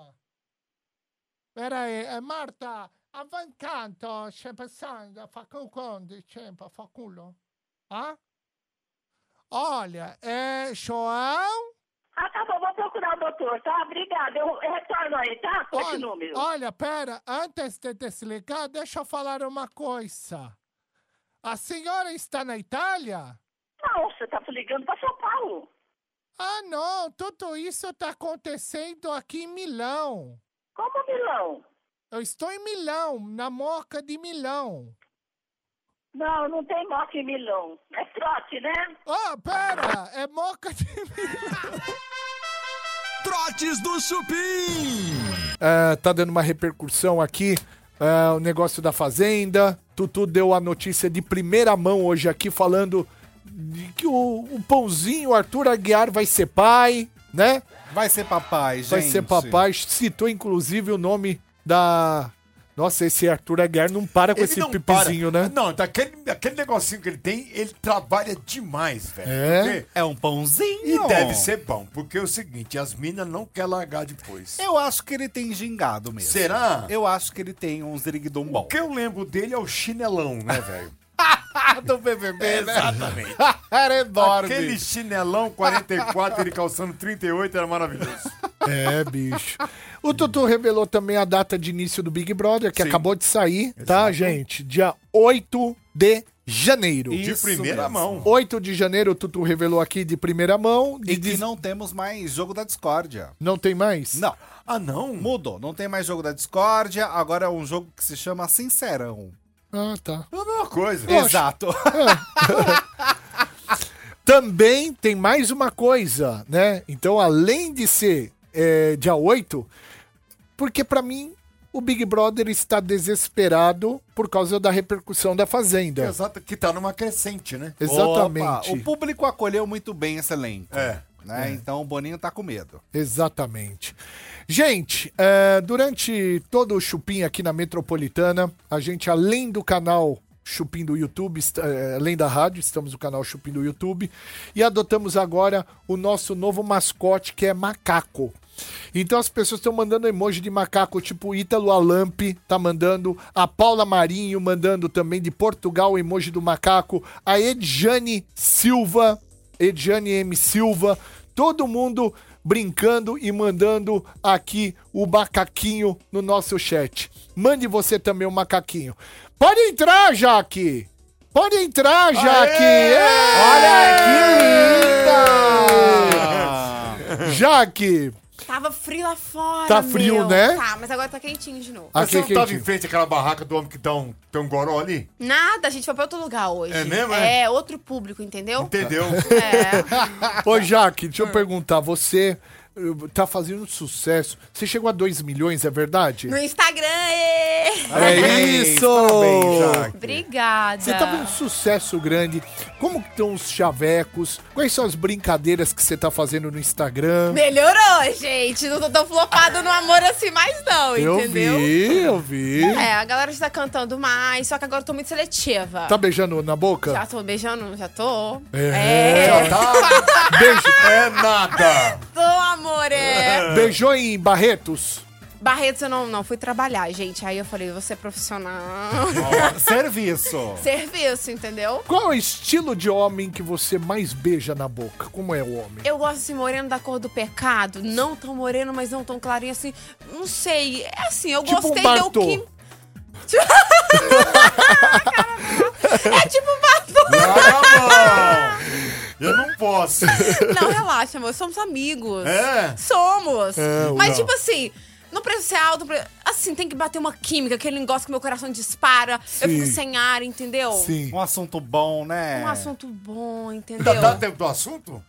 F: Pera aí, é Marta, avancanto, sempre sangue, fa con condi, sempre, fa culo. Ah? Olha, é João.
H: Ah, tá bom, eu vou procurar o doutor, tá? Obrigada. Eu retorno aí, tá? Com esse
F: Olha,
H: número.
F: olha, pera, antes de desligar, deixa eu falar uma coisa. A senhora está na Itália?
H: Não, você tá ligando pra São Paulo.
F: Ah, não, tudo isso está acontecendo aqui em Milão.
H: Como Milão?
F: Eu estou em Milão, na Moca de Milão.
H: Não, não tem mote milão. É trote, né?
C: Ah, pera! É moca de
A: Trotes do Chupim.
C: Ah, tá dando uma repercussão aqui. ah, o negócio da Fazenda. Tutu deu a notícia de primeira mão hoje aqui, falando de que o, o pãozinho Arthur Aguiar vai ser pai, né?
G: Vai ser papai, gente.
C: Vai ser papai. Citou inclusive o nome da. Nossa, esse Arthur Aguiar não para com esse
D: não
C: pipizinho,
D: para.
C: né?
D: Não, daquele, aquele negocinho que ele tem, ele trabalha demais, velho.
C: É?
D: Porque-
G: É um pãozinho.
D: E deve ser bom, porque é o seguinte, as minas não quer largar depois.
G: Eu acho que ele tem gingado mesmo.
D: Será?
G: Eu acho que ele tem um ziriguidum bom.
D: O que eu lembro dele é o chinelão, né, velho?
G: do BBB,
D: Exatamente.
G: Era enorme.
D: Aquele chinelão 44, ele calçando 38, era maravilhoso.
C: É, bicho. O Tutu revelou também a data de início do Big Brother, que acabou de sair, tá, gente? Dia 8 de janeiro.
G: E-
D: De
G: Isso
D: primeira
G: mesmo.
D: mão.
C: 8 de janeiro, o Tutu revelou aqui de primeira mão.
G: E
C: De
G: que
C: diz- não...
G: não temos mais jogo da discórdia.
C: tem mais?
G: Não.
D: Ah, não?
G: Mudou. Não tem mais jogo da discórdia. Agora é um jogo que se chama Sincerão.
C: Ah, tá.
D: É a mesma coisa.
G: Exato.
C: Também tem mais uma coisa, né? Então, além de ser é, dia 8, porque pra mim o Big Brother está desesperado por causa da repercussão da Fazenda.
D: Exato, que tá numa crescente, né?
C: Exatamente.
G: É. Opa, o público acolheu muito bem esse elenco.
D: É.
G: Né? Então o Boninho tá com medo.
C: Exatamente. Gente, é, durante todo o Chupim aqui na Metropolitana, a gente, além do canal Chupim do YouTube, est- é, além da rádio, estamos no canal Chupim do YouTube, e adotamos agora o nosso novo mascote, que é macaco. Então as pessoas estão mandando emoji de macaco, tipo Ítalo Alamp tá mandando, a Paula Marinho mandando também de Portugal o emoji do macaco, a Edjane Silva Ediane M. Silva, todo mundo brincando e mandando aqui o macaquinho no nosso chat. Mande você também o macaquinho. Pode entrar, Jaque! Pode entrar, Jaque! Olha que linda! Jaque!
I: Tava frio lá fora.
C: Tá frio,
I: meu.
C: né?
I: Tá, mas agora tá quentinho de novo.
C: Aqui,
D: Você não tava
C: quentinho.
D: em frente àquela barraca do homem que tá um, tem um goró ali?
I: Nada, a gente foi pra outro lugar hoje.
D: É mesmo, é?
I: É, outro público, entendeu?
D: Entendeu?
I: É.
C: Ô, Jaque,
I: Ah.
C: deixa eu perguntar, você eh, tá fazendo sucesso. Você chegou a 2 milhões, é verdade?
I: No Instagram, ê!
C: É isso!
G: Parabéns, Jaque.
I: Obrigada.
C: Você tá com um sucesso grande. Como que estão os chavecos? Quais são as brincadeiras que você tá fazendo no Instagram?
I: Melhorou, gente. Não tô tão flopado no amor assim mais, não,
C: eu
I: entendeu?
C: vi, eu vi.
I: É, a galera já tá cantando mais, só que agora eu tô muito seletiva.
C: Tá beijando na boca?
I: Já tô beijando, já tô.
C: É.
I: É,
C: Beijo-
D: É nada!
I: tô, amor, é.
C: beijou em Barretos?
I: Barretos, eu não, não fui trabalhar, gente. Aí eu falei, você é profissional.
G: Serviço.
I: Serviço, entendeu?
C: Qual é o estilo de homem que você mais beija na boca? Como é o homem?
I: Eu gosto desse moreno da cor do pecado. Não tão moreno, mas não tão clarinho assim. Não sei. É assim, eu
C: Tipo um
I: gostei
C: Bartô.
I: deu que. é tipo um Bartô.
D: Ah, não! Eu não posso.
I: Não, relaxa, amor. Somos amigos.
D: É?
I: Somos. mas,
D: não.
I: tipo assim. Não precisa ser alto, não precisa- assim, tem que bater uma química, que ele gosta que meu coração dispara, eu fico sem ar, entendeu?
C: Sim.
G: Um assunto bom, né?
D: É.
I: Um assunto bom, entendeu?
D: Dá, dá tempo do assunto?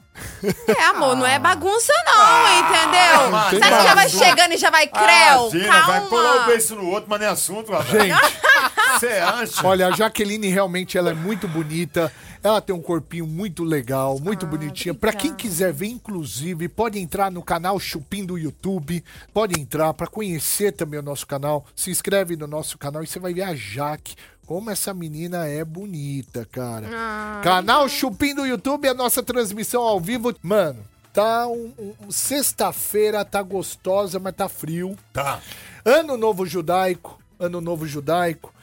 I: É, amor, não
G: Ah.
I: é bagunça não,
G: é
I: entendeu?
D: mas
I: Você acha que já vai
D: bagunça.
I: chegando e já vai É,
G: Ah,
I: creu?
D: Imagina, Ah, vai colar o
I: Calma.
D: beijo no outro, mas não é assunto, rapaz.
C: Gente,
D: Você acha?
C: olha, a Jaqueline realmente ela é muito bonita. Ela tem um corpinho muito legal, muito bonitinha. Pra quem
I: obrigada.
C: quiser ver, inclusive, pode entrar no canal Chupim do YouTube. Pode entrar pra conhecer também o nosso canal. Se inscreve no nosso canal e você vai ver a Jaque. Como essa menina é bonita, cara. canal Chupim do YouTube, a nossa transmissão ao vivo. Mano, tá um, um- um- sexta-feira, tá gostosa, mas tá frio.
D: Tá.
C: Ano Novo Judaico, Ano Novo Judaico.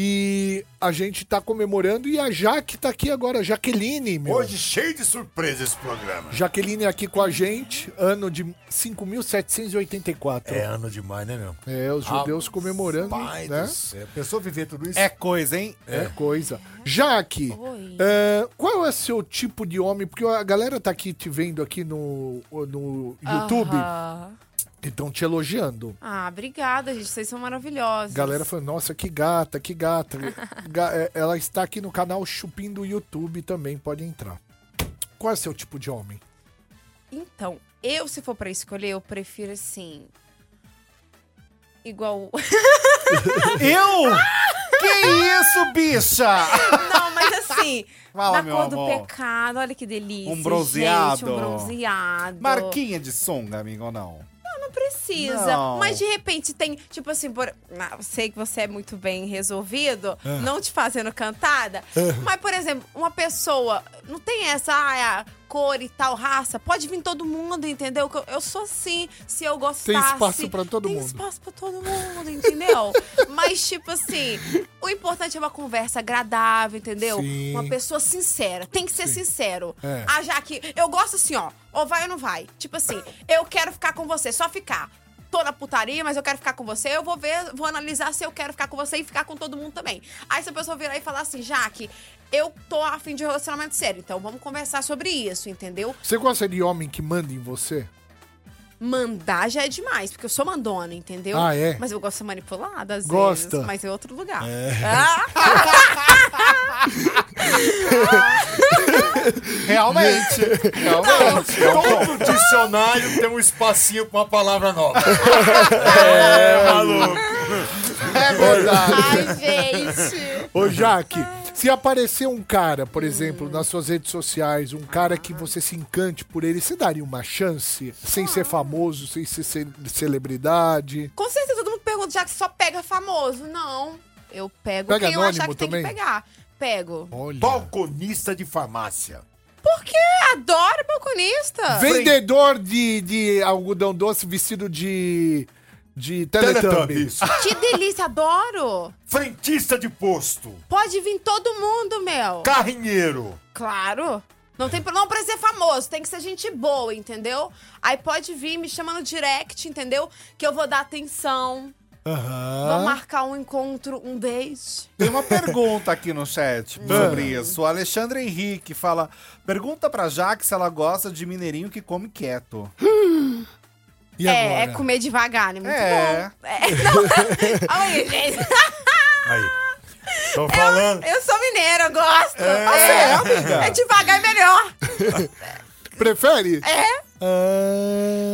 C: E a gente tá comemorando e a Jaque tá aqui agora, a Jaqueline, meu.
D: Hoje cheio de surpresa esse programa.
C: Jaqueline é aqui com a gente, ano de 5.784.
D: É
C: É.
D: ano demais, né, meu?
C: os judeus comemorando,
D: Pai
C: né?
D: do céu. Pensou viver tudo isso?
G: É coisa, hein?
C: É coisa. Jaque,
I: Oi.
C: é, qual é o seu tipo de homem? Porque a galera tá aqui te vendo aqui no, no YouTube.
I: Aham.
C: Então te elogiando.
I: Ah, obrigada, gente. Vocês são maravilhosos.
C: A galera falou, nossa, que gata, que gata. Ga- é, Ela está aqui no canal Chupim do YouTube também, pode entrar. Qual é o seu tipo de homem?
I: Então, eu, se for pra escolher, eu prefiro assim. Igual.
G: Eu? que isso, bicha?
I: Não, mas assim.
G: Fala,
I: da
G: meu
I: cor do
G: amor.
I: pecado, olha que delícia.
G: Um bronzeado.
I: Gente, um bronzeado.
G: Marquinha de sunga, amigo, ou não?
I: Não precisa.
G: Não.
I: Mas de repente tem, tipo assim, por... ah, eu sei que você é muito bem resolvido, não te fazendo cantada. Mas, por exemplo, uma pessoa não tem essa ah, é a cor e tal, raça. Pode vir todo mundo, entendeu? Que eu- Eu sou assim. Se eu gostasse.
C: espaço pra todo mundo.
I: assim, Tem espaço pra todo mundo, entendeu? Mas, tipo assim, o importante é uma conversa agradável, entendeu?
C: Sim.
I: Uma pessoa sincera. Tem que ser sincero.
C: É.
I: Ah, já que eu gosto assim, ó. Ou vai ou não vai. Tipo assim, eu quero ficar com você, só ficar. Tô na putaria, mas eu quero ficar com você. Eu vou ver, vou analisar se eu quero ficar com você e ficar com todo mundo também. Aí se a pessoa virar e falar assim, Jaque, eu tô afim de um relacionamento sério, então vamos conversar sobre isso, entendeu?
C: Você gosta de homem que manda em você?
I: Mandar já é demais, porque eu sou mandona, entendeu?
C: Ah, é?
I: Mas eu gosto de ser manipulada às
C: Gosta.
I: vezes. Mas é outro lugar. Ah,
G: Realmente. Realmente. É um bom.
D: Todo dicionário tem um espacinho pra uma palavra nova.
C: É verdade.
I: ai, gente.
C: Ô, Jaque, se aparecer um cara, por exemplo, nas suas redes sociais, um cara que você se encante por ele, você daria uma chance? Sem ser famoso, sem ser ce- celebridade?
I: Com certeza todo mundo pergunta, já que só pega famoso. Não. Eu pego
C: Pega
I: quem eu achar
C: anônimo
I: que tem que
C: também?
I: pegar. Pego.
C: Olha.
D: Balconista de farmácia.
I: Por quê? Adoro
G: Ah,
I: balconista.
C: Vendedor de, de algodão doce vestido de. de Teletubbies.
G: Ah,
I: Que
D: Teletubbies.
I: delícia, adoro.
D: Frentista de posto.
I: Pode vir todo mundo, meu.
D: Carrinheiro.
I: Claro. Não tem pro- não precisa ser famoso, tem que ser gente boa, entendeu? Aí pode vir, me chama no direct, entendeu? Que eu vou dar atenção. Vou marcar um encontro, um date.
G: Tem uma pergunta aqui no chat sobre isso. O Alexandre Henrique fala: pergunta pra Jaque se ela gosta de mineirinho que come quieto.
C: E
I: É, é
C: agora?
I: comer devagar, né? Muito bom.
G: É.
I: É, não. Olha aí, gente.
D: Aí. Tô falando.
I: Eu sou mineira, eu gosto. É, é devagar é melhor.
C: Prefere?
I: É.
C: Ah,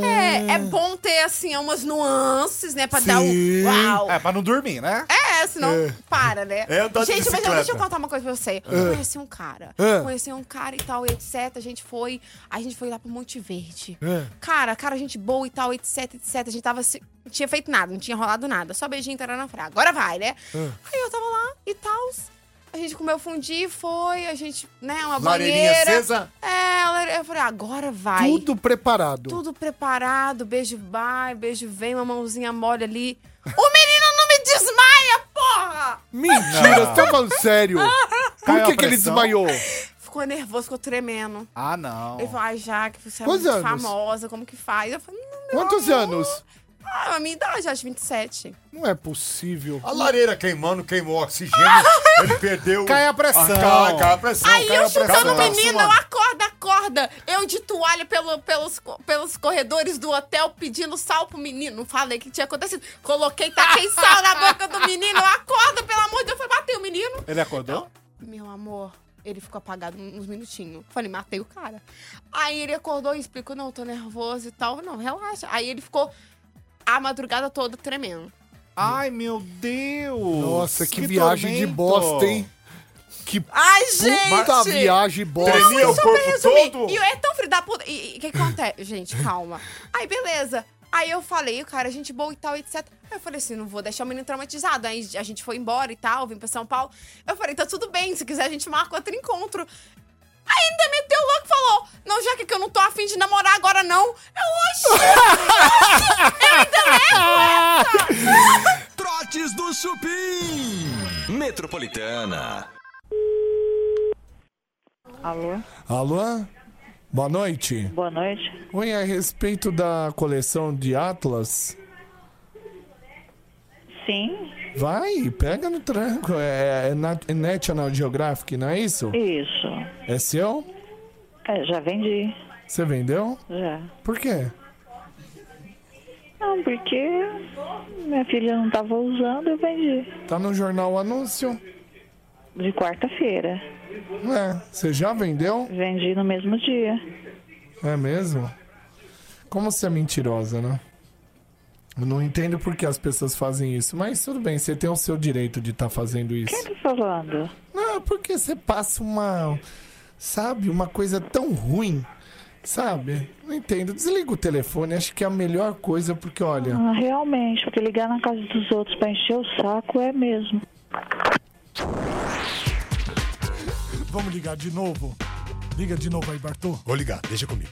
I: É, é bom ter, assim, umas nuances, né? Pra dar um
C: Sim.
I: uau.
G: É, pra não dormir, né?
I: É, senão para, né?
D: É andar de
I: gente, mas eu,
D: bicicleta.
I: deixa eu contar uma coisa pra você. Eu conheci um cara.
C: Ah.
I: Conheci um cara e tal, e etc. A gente foi. A gente foi lá pro Monte Verde.
C: Ah.
I: Cara, cara, gente boa e tal, etc, etc. A gente tava. se- Não tinha feito nada, não tinha rolado nada. Só beijinho tarana na fraga. Agora vai, né?
D: Ah.
I: Aí eu tava lá e tal. A gente comeu fundi, foi, a gente, né, uma
D: Lareirinha
I: banheira.
D: acesa.
I: É, lare- eu falei, agora vai.
C: Tudo preparado.
I: Tudo preparado, beijo vai, beijo vem, uma mãozinha mole ali. O menino não me desmaia, porra!
C: Mentira, você tá falando sério. Por
G: Caiu
C: que,
G: a
C: que ele
G: pressão?
C: desmaiou?
I: Ficou nervoso, ficou tremendo.
G: Ah, não.
I: Ele falou, ai, Jaque, você é
C: Quantos
I: muito
C: anos?
I: famosa, como que faz? Eu falei, não, meu
C: Quantos
I: amor.
C: anos?
I: Ah, a minha idade, acho 27.
C: Não é possível.
D: A lareira queimando, queimou oxigênio,
I: Ah!
D: ele perdeu...
G: Cai a pressão.
D: cai, cai a
C: Então,
D: pressão.
I: Aí
D: cai
I: eu
D: a pressão.
I: chutando o
D: Tá
I: menino, eu
D: suando.
I: acorda, acorda. Eu de toalha pelo- pelos, co- pelos corredores do hotel pedindo sal pro menino. Não falei o que tinha acontecido. Coloquei, taquei sal na boca do menino. Eu acordo, pelo amor de Deus, foi bater o menino.
G: Ele acordou?
I: Meu amor, ele ficou apagado um, uns minutinhos. Falei, matei o cara. Aí ele acordou e explicou: não, eu tô nervoso e tal. Não, relaxa. Aí ele ficou a madrugada toda tremendo.
G: Ai, meu Deus.
C: Nossa, que, viagem de
G: tormento.
C: bosta, hein? Que
I: Ai,
C: puta
I: gente!
C: viagem bosta.
D: Tremia o
I: Só pra
D: corpo
I: resumir.
D: todo.
I: E eu- é tão filho da puta. E o que que acontece? gente, calma. Aí, beleza. Aí eu falei, o cara, gente boa e tal, etc. Aí eu falei assim, não vou deixar o menino traumatizado. Aí a gente foi embora e tal, vim pra São Paulo. Eu falei, tá tudo bem, se quiser a gente marca outro encontro. Aí Ainda meteu o louco e falou, não, já que eu não tô afim de namorar agora, não. é Eu, oxe!
A: Trotes do Chupim. Metropolitana.
J: Alô,
C: Alô? Boa noite.
J: boa noite.
C: Oi, a respeito da coleção de Atlas,
J: Sim,
C: vai, pega no tranco. É, é na- é National Geographic, não é isso?
J: isso.
C: É seu?
J: É, já vendi,
C: Você vendeu?
J: já.
C: Por quê?
H: Ah,
J: Não, porque minha filha não tava usando, eu vendi.
C: Tá no jornal o anúncio?
J: De quarta-feira.
C: É, você já vendeu?
J: Vendi no mesmo dia.
C: É mesmo? Como você é mentirosa, né? Eu não entendo por que as pessoas fazem isso, mas tudo bem, você tem o seu direito de estar fazendo isso.
J: Quem que tá falando?
C: Não, porque você passa uma. Sabe, uma coisa tão ruim. Sabe? Não entendo. Desliga o telefone, acho que é a melhor coisa, porque olha.
J: Ah, realmente, porque ligar na casa dos outros pra encher o saco é mesmo.
K: Vamos ligar de novo? Liga de novo aí, Bartô.
L: Vou ligar, deixa comigo.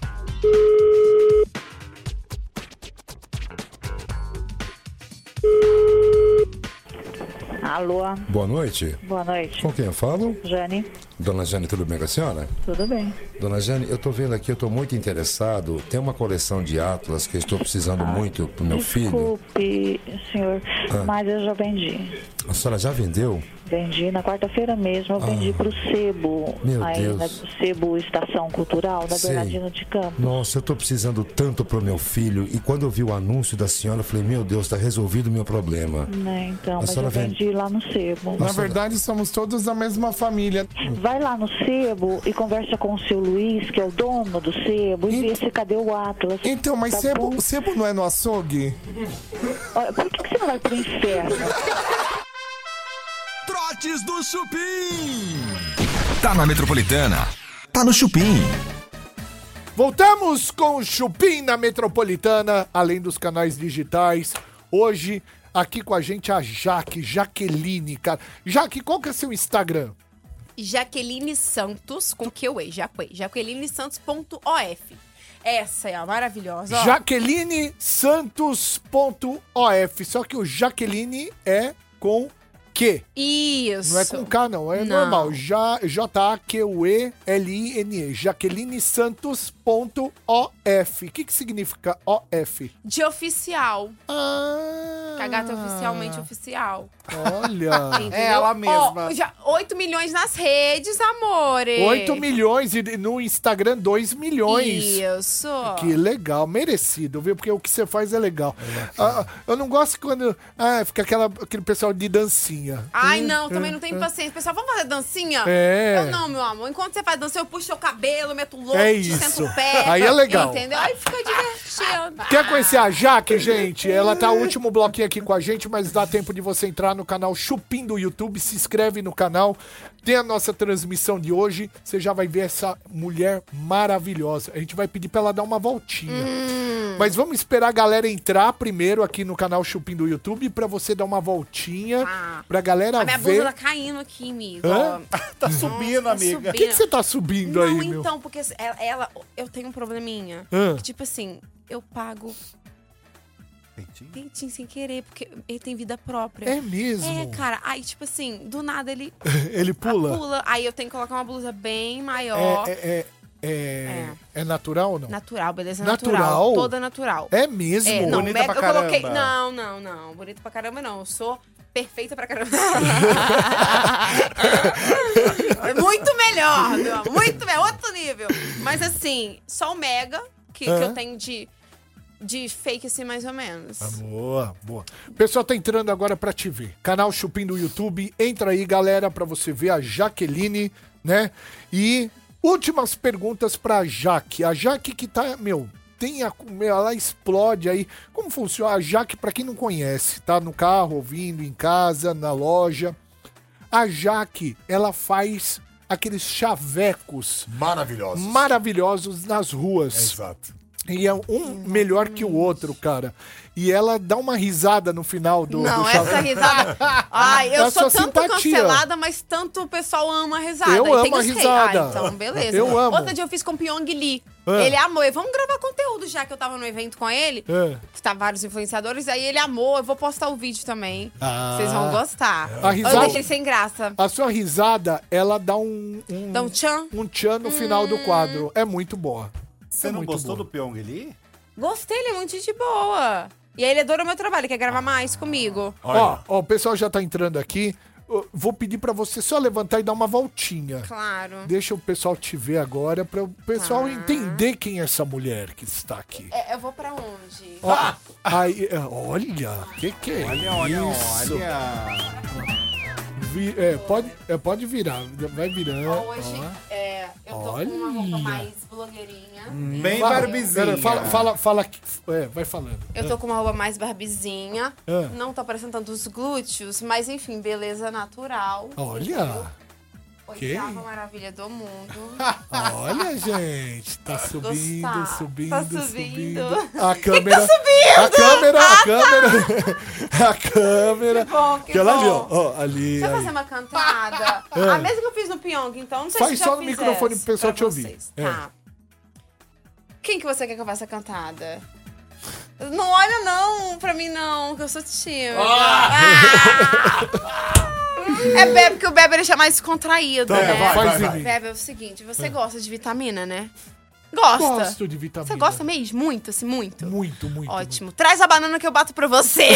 J: Alô,
M: Boa noite.
J: boa noite.
M: Com quem eu falo?
J: Jane,
M: Dona Jane, tudo bem com a senhora?
J: tudo bem?
M: Dona Jane, eu tô vendo aqui, eu tô muito interessado. Tem uma coleção de atlas que eu estou precisando muito pro meu filho.
J: Ah, Desculpe, senhor,
M: Ah.
J: mas eu já vendi.
M: A senhora já vendeu? Ah.
J: Vendi na quarta-feira mesmo, eu vendi pro Sebo,
M: Meu
J: aí
M: Deus.
J: na Sebo Estação Cultural, da
M: Sei.
J: Bernardino de Campos.
M: Nossa, eu tô precisando tanto pro meu filho. E quando eu vi o anúncio da senhora, eu falei, meu Deus, tá resolvido o meu problema.
J: Né, então,
M: A
J: mas
M: senhora
J: eu vendi lá no Sebo.
M: Na verdade,
C: somos todos da mesma família.
J: Vai lá Tá no Sebo e conversa com o seu Luiz, que é o dono do Sebo, e vê se cadê o Atlas.
C: Então, mas sebo, sebo não é no açougue?
J: Olha, por que, que você não vai pro inferno?
A: Trotes do Chupim. Tá na Metropolitana. Tá no Chupim.
C: Voltamos com o Chupim na Metropolitana, além dos canais digitais. Hoje, aqui com a gente a Jaque, Jaqueline, cara. Jaque, qual que é seu Instagram?
I: Jaqueline Santos, com que eu ei, Jaque, jaquelinesantos.of. Essa é a maravilhosa. ó.
C: JaquelineSantos.of. Só que o Jaqueline é com Q.
I: Isso.
C: Não é com K, não. É
I: Não.
C: normal. Ja- J-A-Q-U-E-L-I-N-E. JaquelineSantos.of. O que, que significa OF?
I: De oficial.
C: Ah.
I: Que a gata é oficialmente oficial.
C: Olha.
I: Entendeu? Ó, já 8 milhões nas redes, amores.
C: 8 milhões e no Instagram 2 milhões.
I: Isso.
C: Que legal, merecido, viu? Porque o que você faz é legal. Ah, eu não gosto quando ah, fica aquela, aquele pessoal de dancinha.
I: Ai,
C: Hum,
I: não, também
C: hum,
I: não tenho
C: hum.
I: paciência. Pessoal, vamos fazer dancinha?
C: É.
I: Eu não, meu amor. Enquanto você faz dança, eu puxo seu cabelo, meto louco,
C: É
I: te sento
C: isso.
I: o pé.
C: Aí é legal.
I: Entendeu? Aí fica divertido.
C: Quer conhecer a Jaque, gente? Ela tá o último bloquinho aqui com a gente, mas dá tempo de você entrar no canal Chupim do YouTube, se inscreve no canal, tem a nossa transmissão de hoje, você já vai ver essa mulher maravilhosa. A gente vai pedir pra ela dar uma voltinha.
I: Hum.
C: Mas vamos esperar a galera entrar primeiro aqui no canal Chupim do YouTube pra você dar uma voltinha, pra galera
I: Ah. A minha
C: ver...
I: bunda tá caindo aqui, amigo. Hum,
C: Hã?
I: ó.
C: tá subindo,
I: amiga.
C: O que que você tá subindo aí,
I: Não,
C: meu?
I: então, porque ela, ela- eu tenho um probleminha.
C: Ah.
I: Que, tipo assim, eu pago. Peitinho? sem querer, porque ele tem vida própria.
C: É mesmo?
I: É, cara. Aí, tipo assim, do nada ele
C: Ele pula.
I: pula. Aí eu tenho que colocar uma blusa bem maior.
C: É, é, é, é- é natural ou não?
I: Natural, beleza?
C: Natural?
I: Toda natural.
C: É mesmo?
I: É, não,
C: Bonita
I: mega,
C: pra
I: eu coloquei.
C: caramba.
I: Não, não, não. Bonita pra caramba, não. Eu sou perfeita pra caramba. É muito melhor, meu amor. Muito melhor. Outro nível. Mas assim, só o mega que, que
C: Aham.
I: eu tenho de, de fake, assim, mais ou menos.
C: Boa, boa. O pessoal tá entrando agora pra te ver. Canal Chupim do YouTube. Entra aí, galera, pra você ver a Jaqueline, né? E últimas perguntas pra Jaque. A Jaque que tá, meu, tem a, meu, ela explode aí. Como funciona a Jaque, pra quem não conhece, tá no carro, ouvindo, em casa, na loja. A Jaque, ela faz aqueles chavecos
D: Maravilhosos.
C: maravilhosos nas
G: É
C: ruas.
D: Exato.
C: E é um melhor que o outro, cara. E ela dá uma risada no final do.
I: Não,
C: do
I: essa
C: chave-
I: risada. Ai, eu
C: É
I: sou
C: sua
I: tanto
C: simpatia.
I: cancelada, mas tanto o pessoal ama a risada.
C: Eu
I: E tem
C: amo a
I: os haters.
C: risada.
I: Ah, então, beleza.
C: Eu amo.
I: Outro dia eu fiz com o Pyong Lee.
C: Ah.
I: Ele amou. Eu, vamos gravar conteúdo já que eu tava no evento com ele.
C: Ah.
I: Que tá vários influenciadores. Aí ele amou. Eu vou postar o vídeo também.
C: Ah.
I: Vocês vão gostar.
C: A
I: Eu
C: risada-
I: deixei sem graça.
C: A sua risada, ela dá um. um
I: Dá um Hum. tchan.
C: um tchan no final do quadro. É muito boa.
G: Você não gostou do Pyong ali?
I: Gostei, ele é muito de boa. E aí ele adora o meu trabalho, quer gravar mais comigo.
C: Ó, ó, o pessoal já tá entrando aqui. Ô, eu vou pedir pra você só levantar e dar uma voltinha.
I: Claro.
C: Deixa o pessoal te ver agora, pra o pessoal
I: Ah.
C: entender quem é essa mulher que está aqui.
I: É, eu vou pra onde?
C: Ó, aí, é, olha, que que é
I: Olha,
G: Ah! olha,
C: isso?
G: olha.
C: Vi- é, pode, é, pode virar, vai virando.
I: Hoje,
C: ó.
I: é, eu tô com uma roupa mais blogueirinha.
C: Bem barbizinha. fala, fala, fala aqui. É, vai falando.
I: Eu tô com uma roupa mais barbizinha.
C: Ah.
I: Não tá aparecendo tanto os glúteos, mas enfim, beleza natural.
C: Olha,
I: Oitava
C: Ok.
I: maravilha do mundo.
C: olha, gente. Tá subindo,
I: Gostar.
C: subindo,
I: Tá subindo.
C: subindo. A
I: Que que
C: câmera.
I: tá subindo?
C: A câmera, a
I: Ah,
C: câmera. A câmera.
I: Que bom, que
C: ela
I: bom. tá
C: ali, ó. ó, ali.
I: Deixa eu
C: aí.
I: fazer uma cantada.
C: Ah.
I: A mesma que eu fiz no Pyong, então não sei
C: Faz
I: se eu
C: só
I: já
C: no
I: fiz
C: microfone pro
I: essa
C: pessoal
I: pra
C: te ouvir.
I: vocês.
C: É.
I: Tá. Quem que você quer que eu faça a cantada? Não olha não pra mim não, que eu sou tímida. Ah! É Bebe, porque o Bebe ele já é mais contraído,
C: Tá,
I: né?
C: vai, vai, vai.
I: Bebe, é o seguinte, você
C: É.
I: gosta de vitamina, né? Gosta.
C: Gosto de vitamina.
I: Você gosta mesmo? Muito, assim, muito?
C: Muito, muito.
I: Ótimo. Traz a banana que eu bato pra você.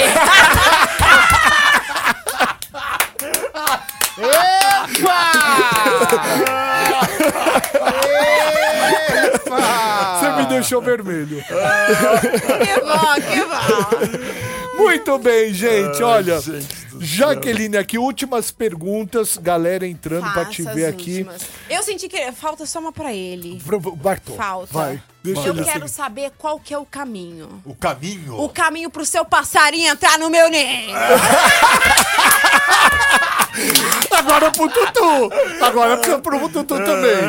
C: Você me
B: Ah.
C: deixou vermelho.
I: que bom, que bom.
C: Muito bem, gente.
B: Ai,
C: Olha,
B: gente
C: Jaqueline aqui, últimas perguntas. Galera entrando pra te
I: Faça
C: ver
I: as
C: aqui.
I: últimas. Eu senti que falta só uma pra ele.
C: Pro- Bartô,
I: Falta.
C: vai. Deixa
I: eu
C: ele
I: quero
C: seguir.
I: saber qual que é o caminho.
D: O caminho.
I: O caminho pro seu passarinho entrar no meu ninho.
C: Agora pro Tutu! Agora precisa pro Tutu também.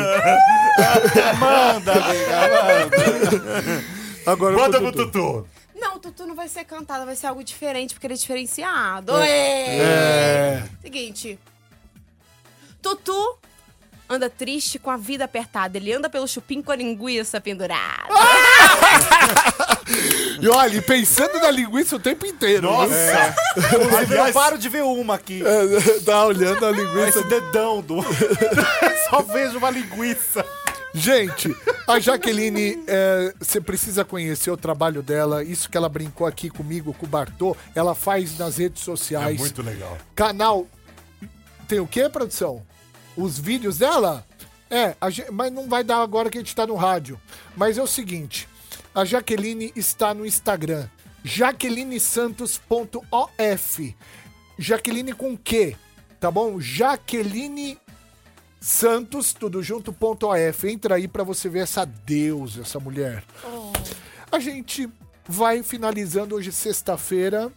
G: Manda,
C: amiga, Agora
D: Manda
C: pro
D: pro Tutu.
I: Não, Tutu não vai ser cantada, vai ser algo diferente, porque ele é diferenciado. Ê!
C: É.
I: Seguinte. Tutu anda triste com a vida apertada. Ele anda pelo chupim com a linguiça pendurada.
C: E olha, e pensando na linguiça o tempo inteiro.
G: Nossa!
C: né?
G: É. Inclusive, eu paro de ver uma aqui.
C: É, tá olhando a linguiça.
G: Esse dedão do. Só vejo uma linguiça.
C: Gente, a Jaqueline, é, você precisa conhecer o trabalho dela. Isso que ela brincou aqui comigo, com o Bartô, ela faz nas redes sociais.
D: É muito legal.
C: Canal. Tem o quê, produção? Os vídeos dela? É, a gen- mas não vai dar agora que a gente tá no rádio. Mas é o seguinte: a Jaqueline está no Instagram. JaquelineSantos.of. Jaqueline com Q, tá bom? Jaqueline Santos, tudo junto, ponto AF. Entra aí pra você ver essa deusa, essa mulher. A gente vai finalizando hoje, sexta-feira.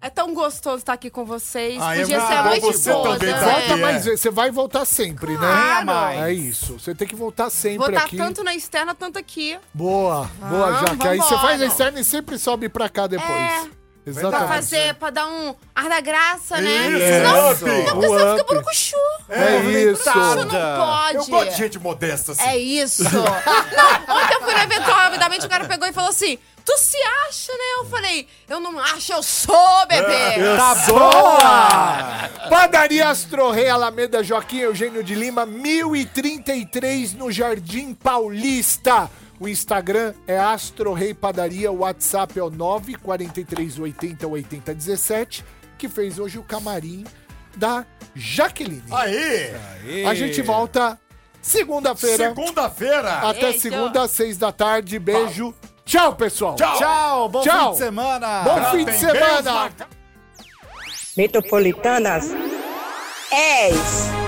I: É tão gostoso estar aqui com vocês.
C: Ah, é
I: Podia
C: muito
I: ser a
C: bom
I: noite
C: você
I: toda.
C: também tá Volta aqui, mais é. vezes, você vai voltar sempre,
I: Claro.
C: né? É isso. Você tem que voltar sempre
I: Vou estar
C: aqui.
I: tanto na externa, tanto aqui.
C: Boa, boa,
I: Vamos,
C: Jaque. Aí você
I: vambora.
C: faz a externa e sempre sobe pra cá depois.
I: É.
C: Exatamente.
I: Pra fazer, pra dar um ar da graça, né?
C: Tá. Isso,
I: Senão,
C: up.
G: É.
I: não,
C: O
I: porque senão fica
C: up.
I: burucuchu.
C: É isso.
I: Isso não pode.
D: Eu gosto de gente modesta assim.
I: É isso. não, ontem eu fui no evento, rapidamente o cara pegou e falou assim, tu se acha, né? Eu falei, eu não acho, eu sou, bebê.
C: Eu sou!
B: boa!
C: Tá Padaria Astro Rei, Alameda Joaquim Eugênio de Lima, 1033 no Jardim Paulista. O Instagram é Astro Rei Padaria, o WhatsApp é o 943808017, que fez hoje o camarim da Jaqueline.
I: É.
D: Aí!
C: A gente volta segunda-feira.
D: Segunda-feira!
C: Até
D: Eita.
C: segunda, às seis da tarde. Beijo. Tchau, pessoal.
D: Tchau.
G: Tchau, bom fim
C: Tchau.
G: de semana.
C: Bom fim de
G: Parabéns,
C: semana.
N: Metropolitanas. 10.